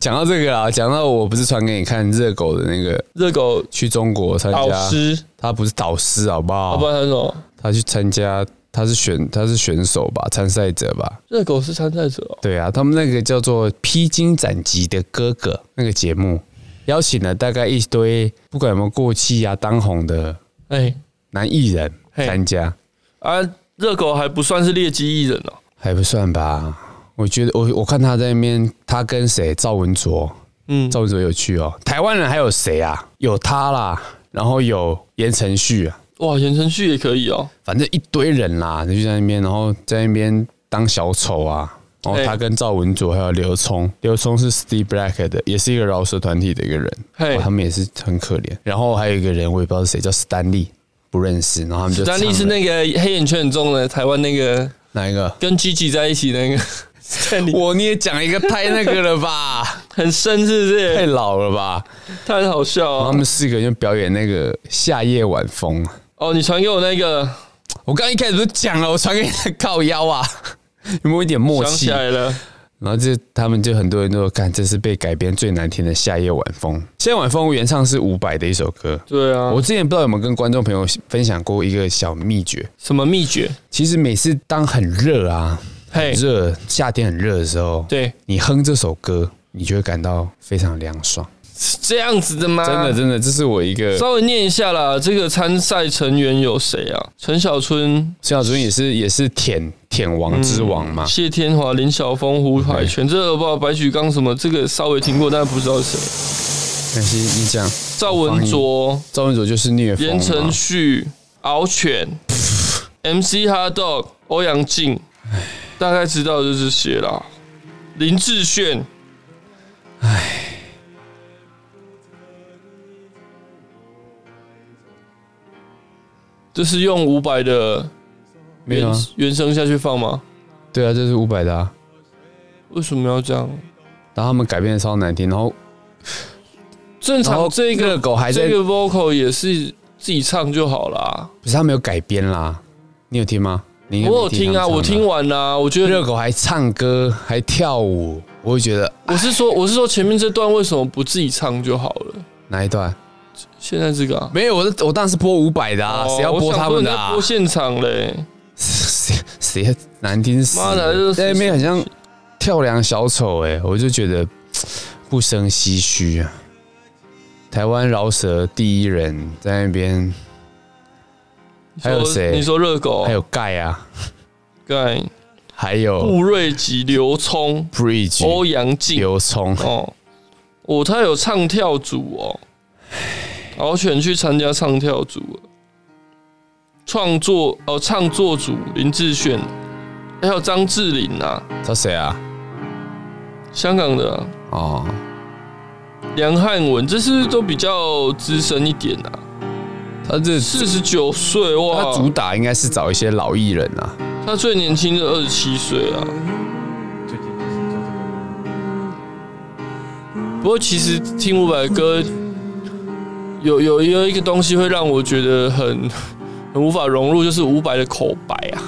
Speaker 2: 讲到这个啊，讲到我不是传给你看热狗的那个
Speaker 1: 热狗
Speaker 2: 去中国参
Speaker 1: 导
Speaker 2: 加，
Speaker 1: 师，
Speaker 2: 他不是导师好不好？
Speaker 1: 好不然他是什么？
Speaker 2: 他去参加，他是选他是选手吧，参赛者吧？
Speaker 1: 热狗是参赛者哦，
Speaker 2: 对啊，他们那个叫做《披荆斩棘的哥哥》那个节目，邀请了大概一堆不管有没有过气啊、当红的
Speaker 1: 哎
Speaker 2: 男艺人
Speaker 1: 嘿
Speaker 2: 参加，
Speaker 1: 啊，热狗还不算是劣迹艺人哦，
Speaker 2: 还不算吧？我觉得我我看他在那边，他跟谁？赵文卓，
Speaker 1: 嗯，
Speaker 2: 赵文卓有趣哦。台湾人还有谁啊？有他啦，然后有言承旭啊，
Speaker 1: 哇，言承旭也可以哦，
Speaker 2: 反正一堆人啦，就在那边，然后在那边当小丑啊。然后
Speaker 1: 嘿
Speaker 2: 他跟赵文卓还有刘聪，刘聪是 Steve Black 的，也是一个饶舌团体的一个人，哦
Speaker 1: 嘿
Speaker 2: 哇他们也是很可怜。然后还有一个人，我也不知道是谁，叫史丹利，不认识。然后他们
Speaker 1: 史
Speaker 2: 就
Speaker 1: 丹利
Speaker 2: 唱
Speaker 1: 是
Speaker 2: 了
Speaker 1: 那个黑眼圈很重的台湾那个
Speaker 2: 哪一个？
Speaker 1: 跟 Gigi 在一起那 个，史丹利
Speaker 2: 我你也讲一个太那个了 吧，
Speaker 1: 很深是不
Speaker 2: 太
Speaker 1: 是？
Speaker 2: 老了吧？
Speaker 1: 他很好笑
Speaker 2: 然后
Speaker 1: 哦
Speaker 2: 他。们四个人就表演那个夏夜晚风。
Speaker 1: 哦，你传给我那个，
Speaker 2: 我刚一开始都讲了，我传给你的靠腰啊， 有没有一点默
Speaker 1: 想
Speaker 2: 契？
Speaker 1: 起来了，
Speaker 2: 然后这他们就很多人都说看，这是被改编最难听的《夏夜晚风》。《夏夜晚风》原唱是伍佰的一首歌。
Speaker 1: 对啊，
Speaker 2: 我之前不知道有没有跟观众朋友分享过一个小秘诀，
Speaker 1: 什么秘诀？
Speaker 2: 其实每次当很热啊，
Speaker 1: 嘿，
Speaker 2: 热夏天很热的时候，
Speaker 1: 对，
Speaker 2: 你哼这首歌，你就会感到非常凉爽。啊
Speaker 1: 是这样子的吗？
Speaker 2: 真的，真的，这是我一 个
Speaker 1: 稍微念一下啦，这个参赛成员有谁啊？陈小春、
Speaker 2: 陈小春也是也是舔舔王之王嘛，
Speaker 1: 谢天华、林晓峰、胡海泉，这不知道白举纲什么，这个稍微听过，但不知道是谁。
Speaker 2: 但是你讲
Speaker 1: 赵文卓、
Speaker 2: 赵文卓就是虐风
Speaker 1: 言
Speaker 2: 嘛
Speaker 1: 承旭、敖犬、MC Hot Dog、欧阳靖，大概知道就是些啦。林志炫，这是用伍佰的
Speaker 2: 没有
Speaker 1: 原
Speaker 2: 啊？
Speaker 1: 原声下去放吗？
Speaker 2: 对啊，这是伍佰的啊。
Speaker 1: 为什么要这样？
Speaker 2: 然后他们改编的超难听，然后
Speaker 1: 正
Speaker 2: 然
Speaker 1: 常
Speaker 2: 后
Speaker 1: 这
Speaker 2: 热
Speaker 1: 个
Speaker 2: 狗还在，
Speaker 1: 这个 vocal 也是自己唱就好啦。
Speaker 2: 不是他没有改编啦，你有听吗？你应该没
Speaker 1: 我有听
Speaker 2: 他
Speaker 1: 啊，
Speaker 2: 们唱
Speaker 1: 我
Speaker 2: 吧
Speaker 1: 听完啦、我觉
Speaker 2: 热
Speaker 1: 得
Speaker 2: 狗还唱歌还跳舞，我会觉得啊
Speaker 1: 我是说，我是说前面这段为什么不自己唱就好了？
Speaker 2: 哪一段
Speaker 1: 现在这个啊，
Speaker 2: 没有？我是我当然是播伍佰的啊，
Speaker 1: 哦
Speaker 2: 谁要播他
Speaker 1: 我想说
Speaker 2: 们的
Speaker 1: 你在
Speaker 2: 啊
Speaker 1: 播？现场嘞，
Speaker 2: 谁谁难听死
Speaker 1: 妈的这是
Speaker 2: 了？在那边很像跳梁小丑哎、我就觉得不生唏嘘啊。台湾饶舌第一人在那边，还有
Speaker 1: 说
Speaker 2: 谁
Speaker 1: 你说热狗，
Speaker 2: 还有哦盖啊，
Speaker 1: 盖
Speaker 2: 还有
Speaker 1: 布瑞吉、刘聪、欧
Speaker 2: Bridge
Speaker 1: 阳靖
Speaker 2: 刘聪，
Speaker 1: 哦，哦，他有唱跳组哦，敖犬去参加唱跳组了，创作哦，唱作组林志炫，还有张智霖啊，
Speaker 2: 他谁啊？
Speaker 1: 香港的啊、
Speaker 2: 哦，
Speaker 1: 梁汉文，这是不是都比较资深一点啊，
Speaker 2: 他这
Speaker 1: 四十九岁哇，
Speaker 2: 他主打应该是找一些老艺人啊，
Speaker 1: 他最年轻的二十七岁啊。不过其实听伍佰的歌，有有有一个东西会让我觉得很很无法融入，就是伍佰的口白啊。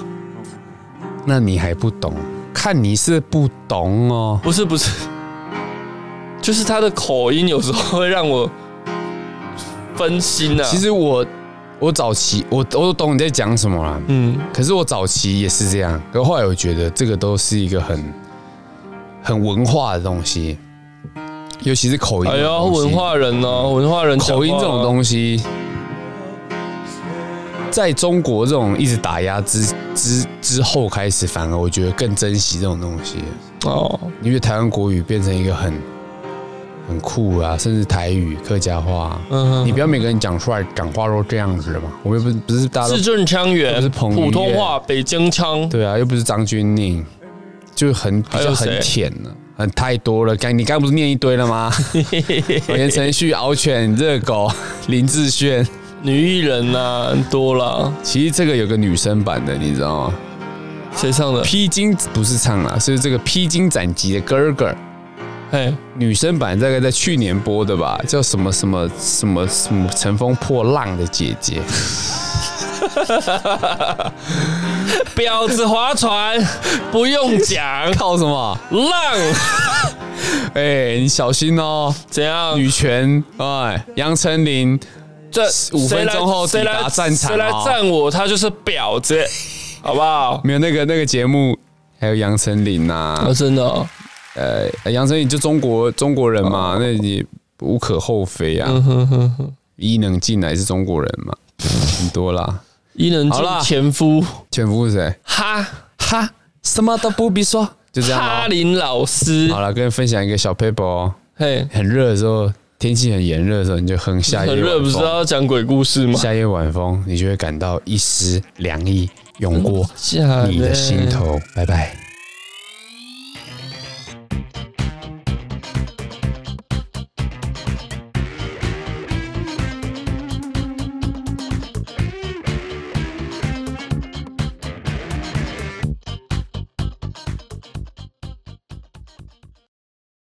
Speaker 2: 那你还不懂？看你是不懂哦。
Speaker 1: 不是不是，就是他的口音有时候会让我分心啊。
Speaker 2: 其，实我我早期我我懂你在讲什么啦，
Speaker 1: 嗯，
Speaker 2: 可是我早期也是这样，可后来我觉得这个都是一个很很文化的东西，尤其是口音
Speaker 1: 哎
Speaker 2: 这
Speaker 1: 呀，
Speaker 2: 种东西。
Speaker 1: 文化人哦，文化人讲话
Speaker 2: 口音这种东西，在中国这种一直打压之之之后开始，反而我觉得更珍惜这种东西。
Speaker 1: 哦，
Speaker 2: 因为台湾国语变成一个很很酷啊，甚至台语、客家话、
Speaker 1: 嗯哼
Speaker 2: 你不要每个人讲出来讲话都这样子的嘛。我又不是不是大家都
Speaker 1: 字正腔
Speaker 2: 不是
Speaker 1: 圆，
Speaker 2: 彭于晏
Speaker 1: 普通话北京腔，
Speaker 2: 对啊，又不是张钧甯，就很比
Speaker 1: 还
Speaker 2: 较
Speaker 1: 有谁
Speaker 2: 很舔了、很太多了。刚你刚不是念一堆 了吗？言承旭、敖犬、热狗、林志炫，
Speaker 1: 女艺人呐、很多啦，
Speaker 2: 其实这个有个女生版的，你知道吗？
Speaker 1: 谁唱的？
Speaker 2: 披荆不是唱啦，是这个披荆斩棘的哥哥。
Speaker 1: 嘿，
Speaker 2: 女生版大概在去年播的吧，叫什么什么什么什么乘风破浪的姐 姐，，
Speaker 1: 婊子划船不用讲
Speaker 2: 靠什么？
Speaker 1: 浪
Speaker 2: 哎、你小心哦，
Speaker 1: 怎样？
Speaker 2: 女权哎，杨丞琳
Speaker 1: 这
Speaker 2: 五分
Speaker 1: 谁来
Speaker 2: 钟后抵
Speaker 1: 谁
Speaker 2: 达
Speaker 1: 来
Speaker 2: 战场
Speaker 1: 谁来
Speaker 2: 哦
Speaker 1: 赞我，他就是婊子，好不好？
Speaker 2: 没有那个那个节目，还有杨丞琳呐
Speaker 1: 啊，，真的哦、
Speaker 2: 呃，杨丞琳就中国中国人嘛，那也无可厚非啊。伊能静也是中国人嘛，很多啦。
Speaker 1: 伊能
Speaker 2: 好
Speaker 1: 静
Speaker 2: 啦
Speaker 1: 前夫
Speaker 2: 前夫是谁？
Speaker 1: 哈
Speaker 2: 哈，什么都不必说，就这样
Speaker 1: 哈
Speaker 2: 哦、
Speaker 1: 林老师
Speaker 2: 好，了，跟你分享一个小 paper 哦。
Speaker 1: 嘿，
Speaker 2: 很热的时候，天气很炎热的时候，你就哼夏夜
Speaker 1: 很热，
Speaker 2: 晚
Speaker 1: 不是
Speaker 2: 风。
Speaker 1: 要讲鬼故事吗？
Speaker 2: 夏夜晚风，你就会感到一丝凉意涌过
Speaker 1: 假
Speaker 2: 你的
Speaker 1: 嘞
Speaker 2: 心啊头。拜拜。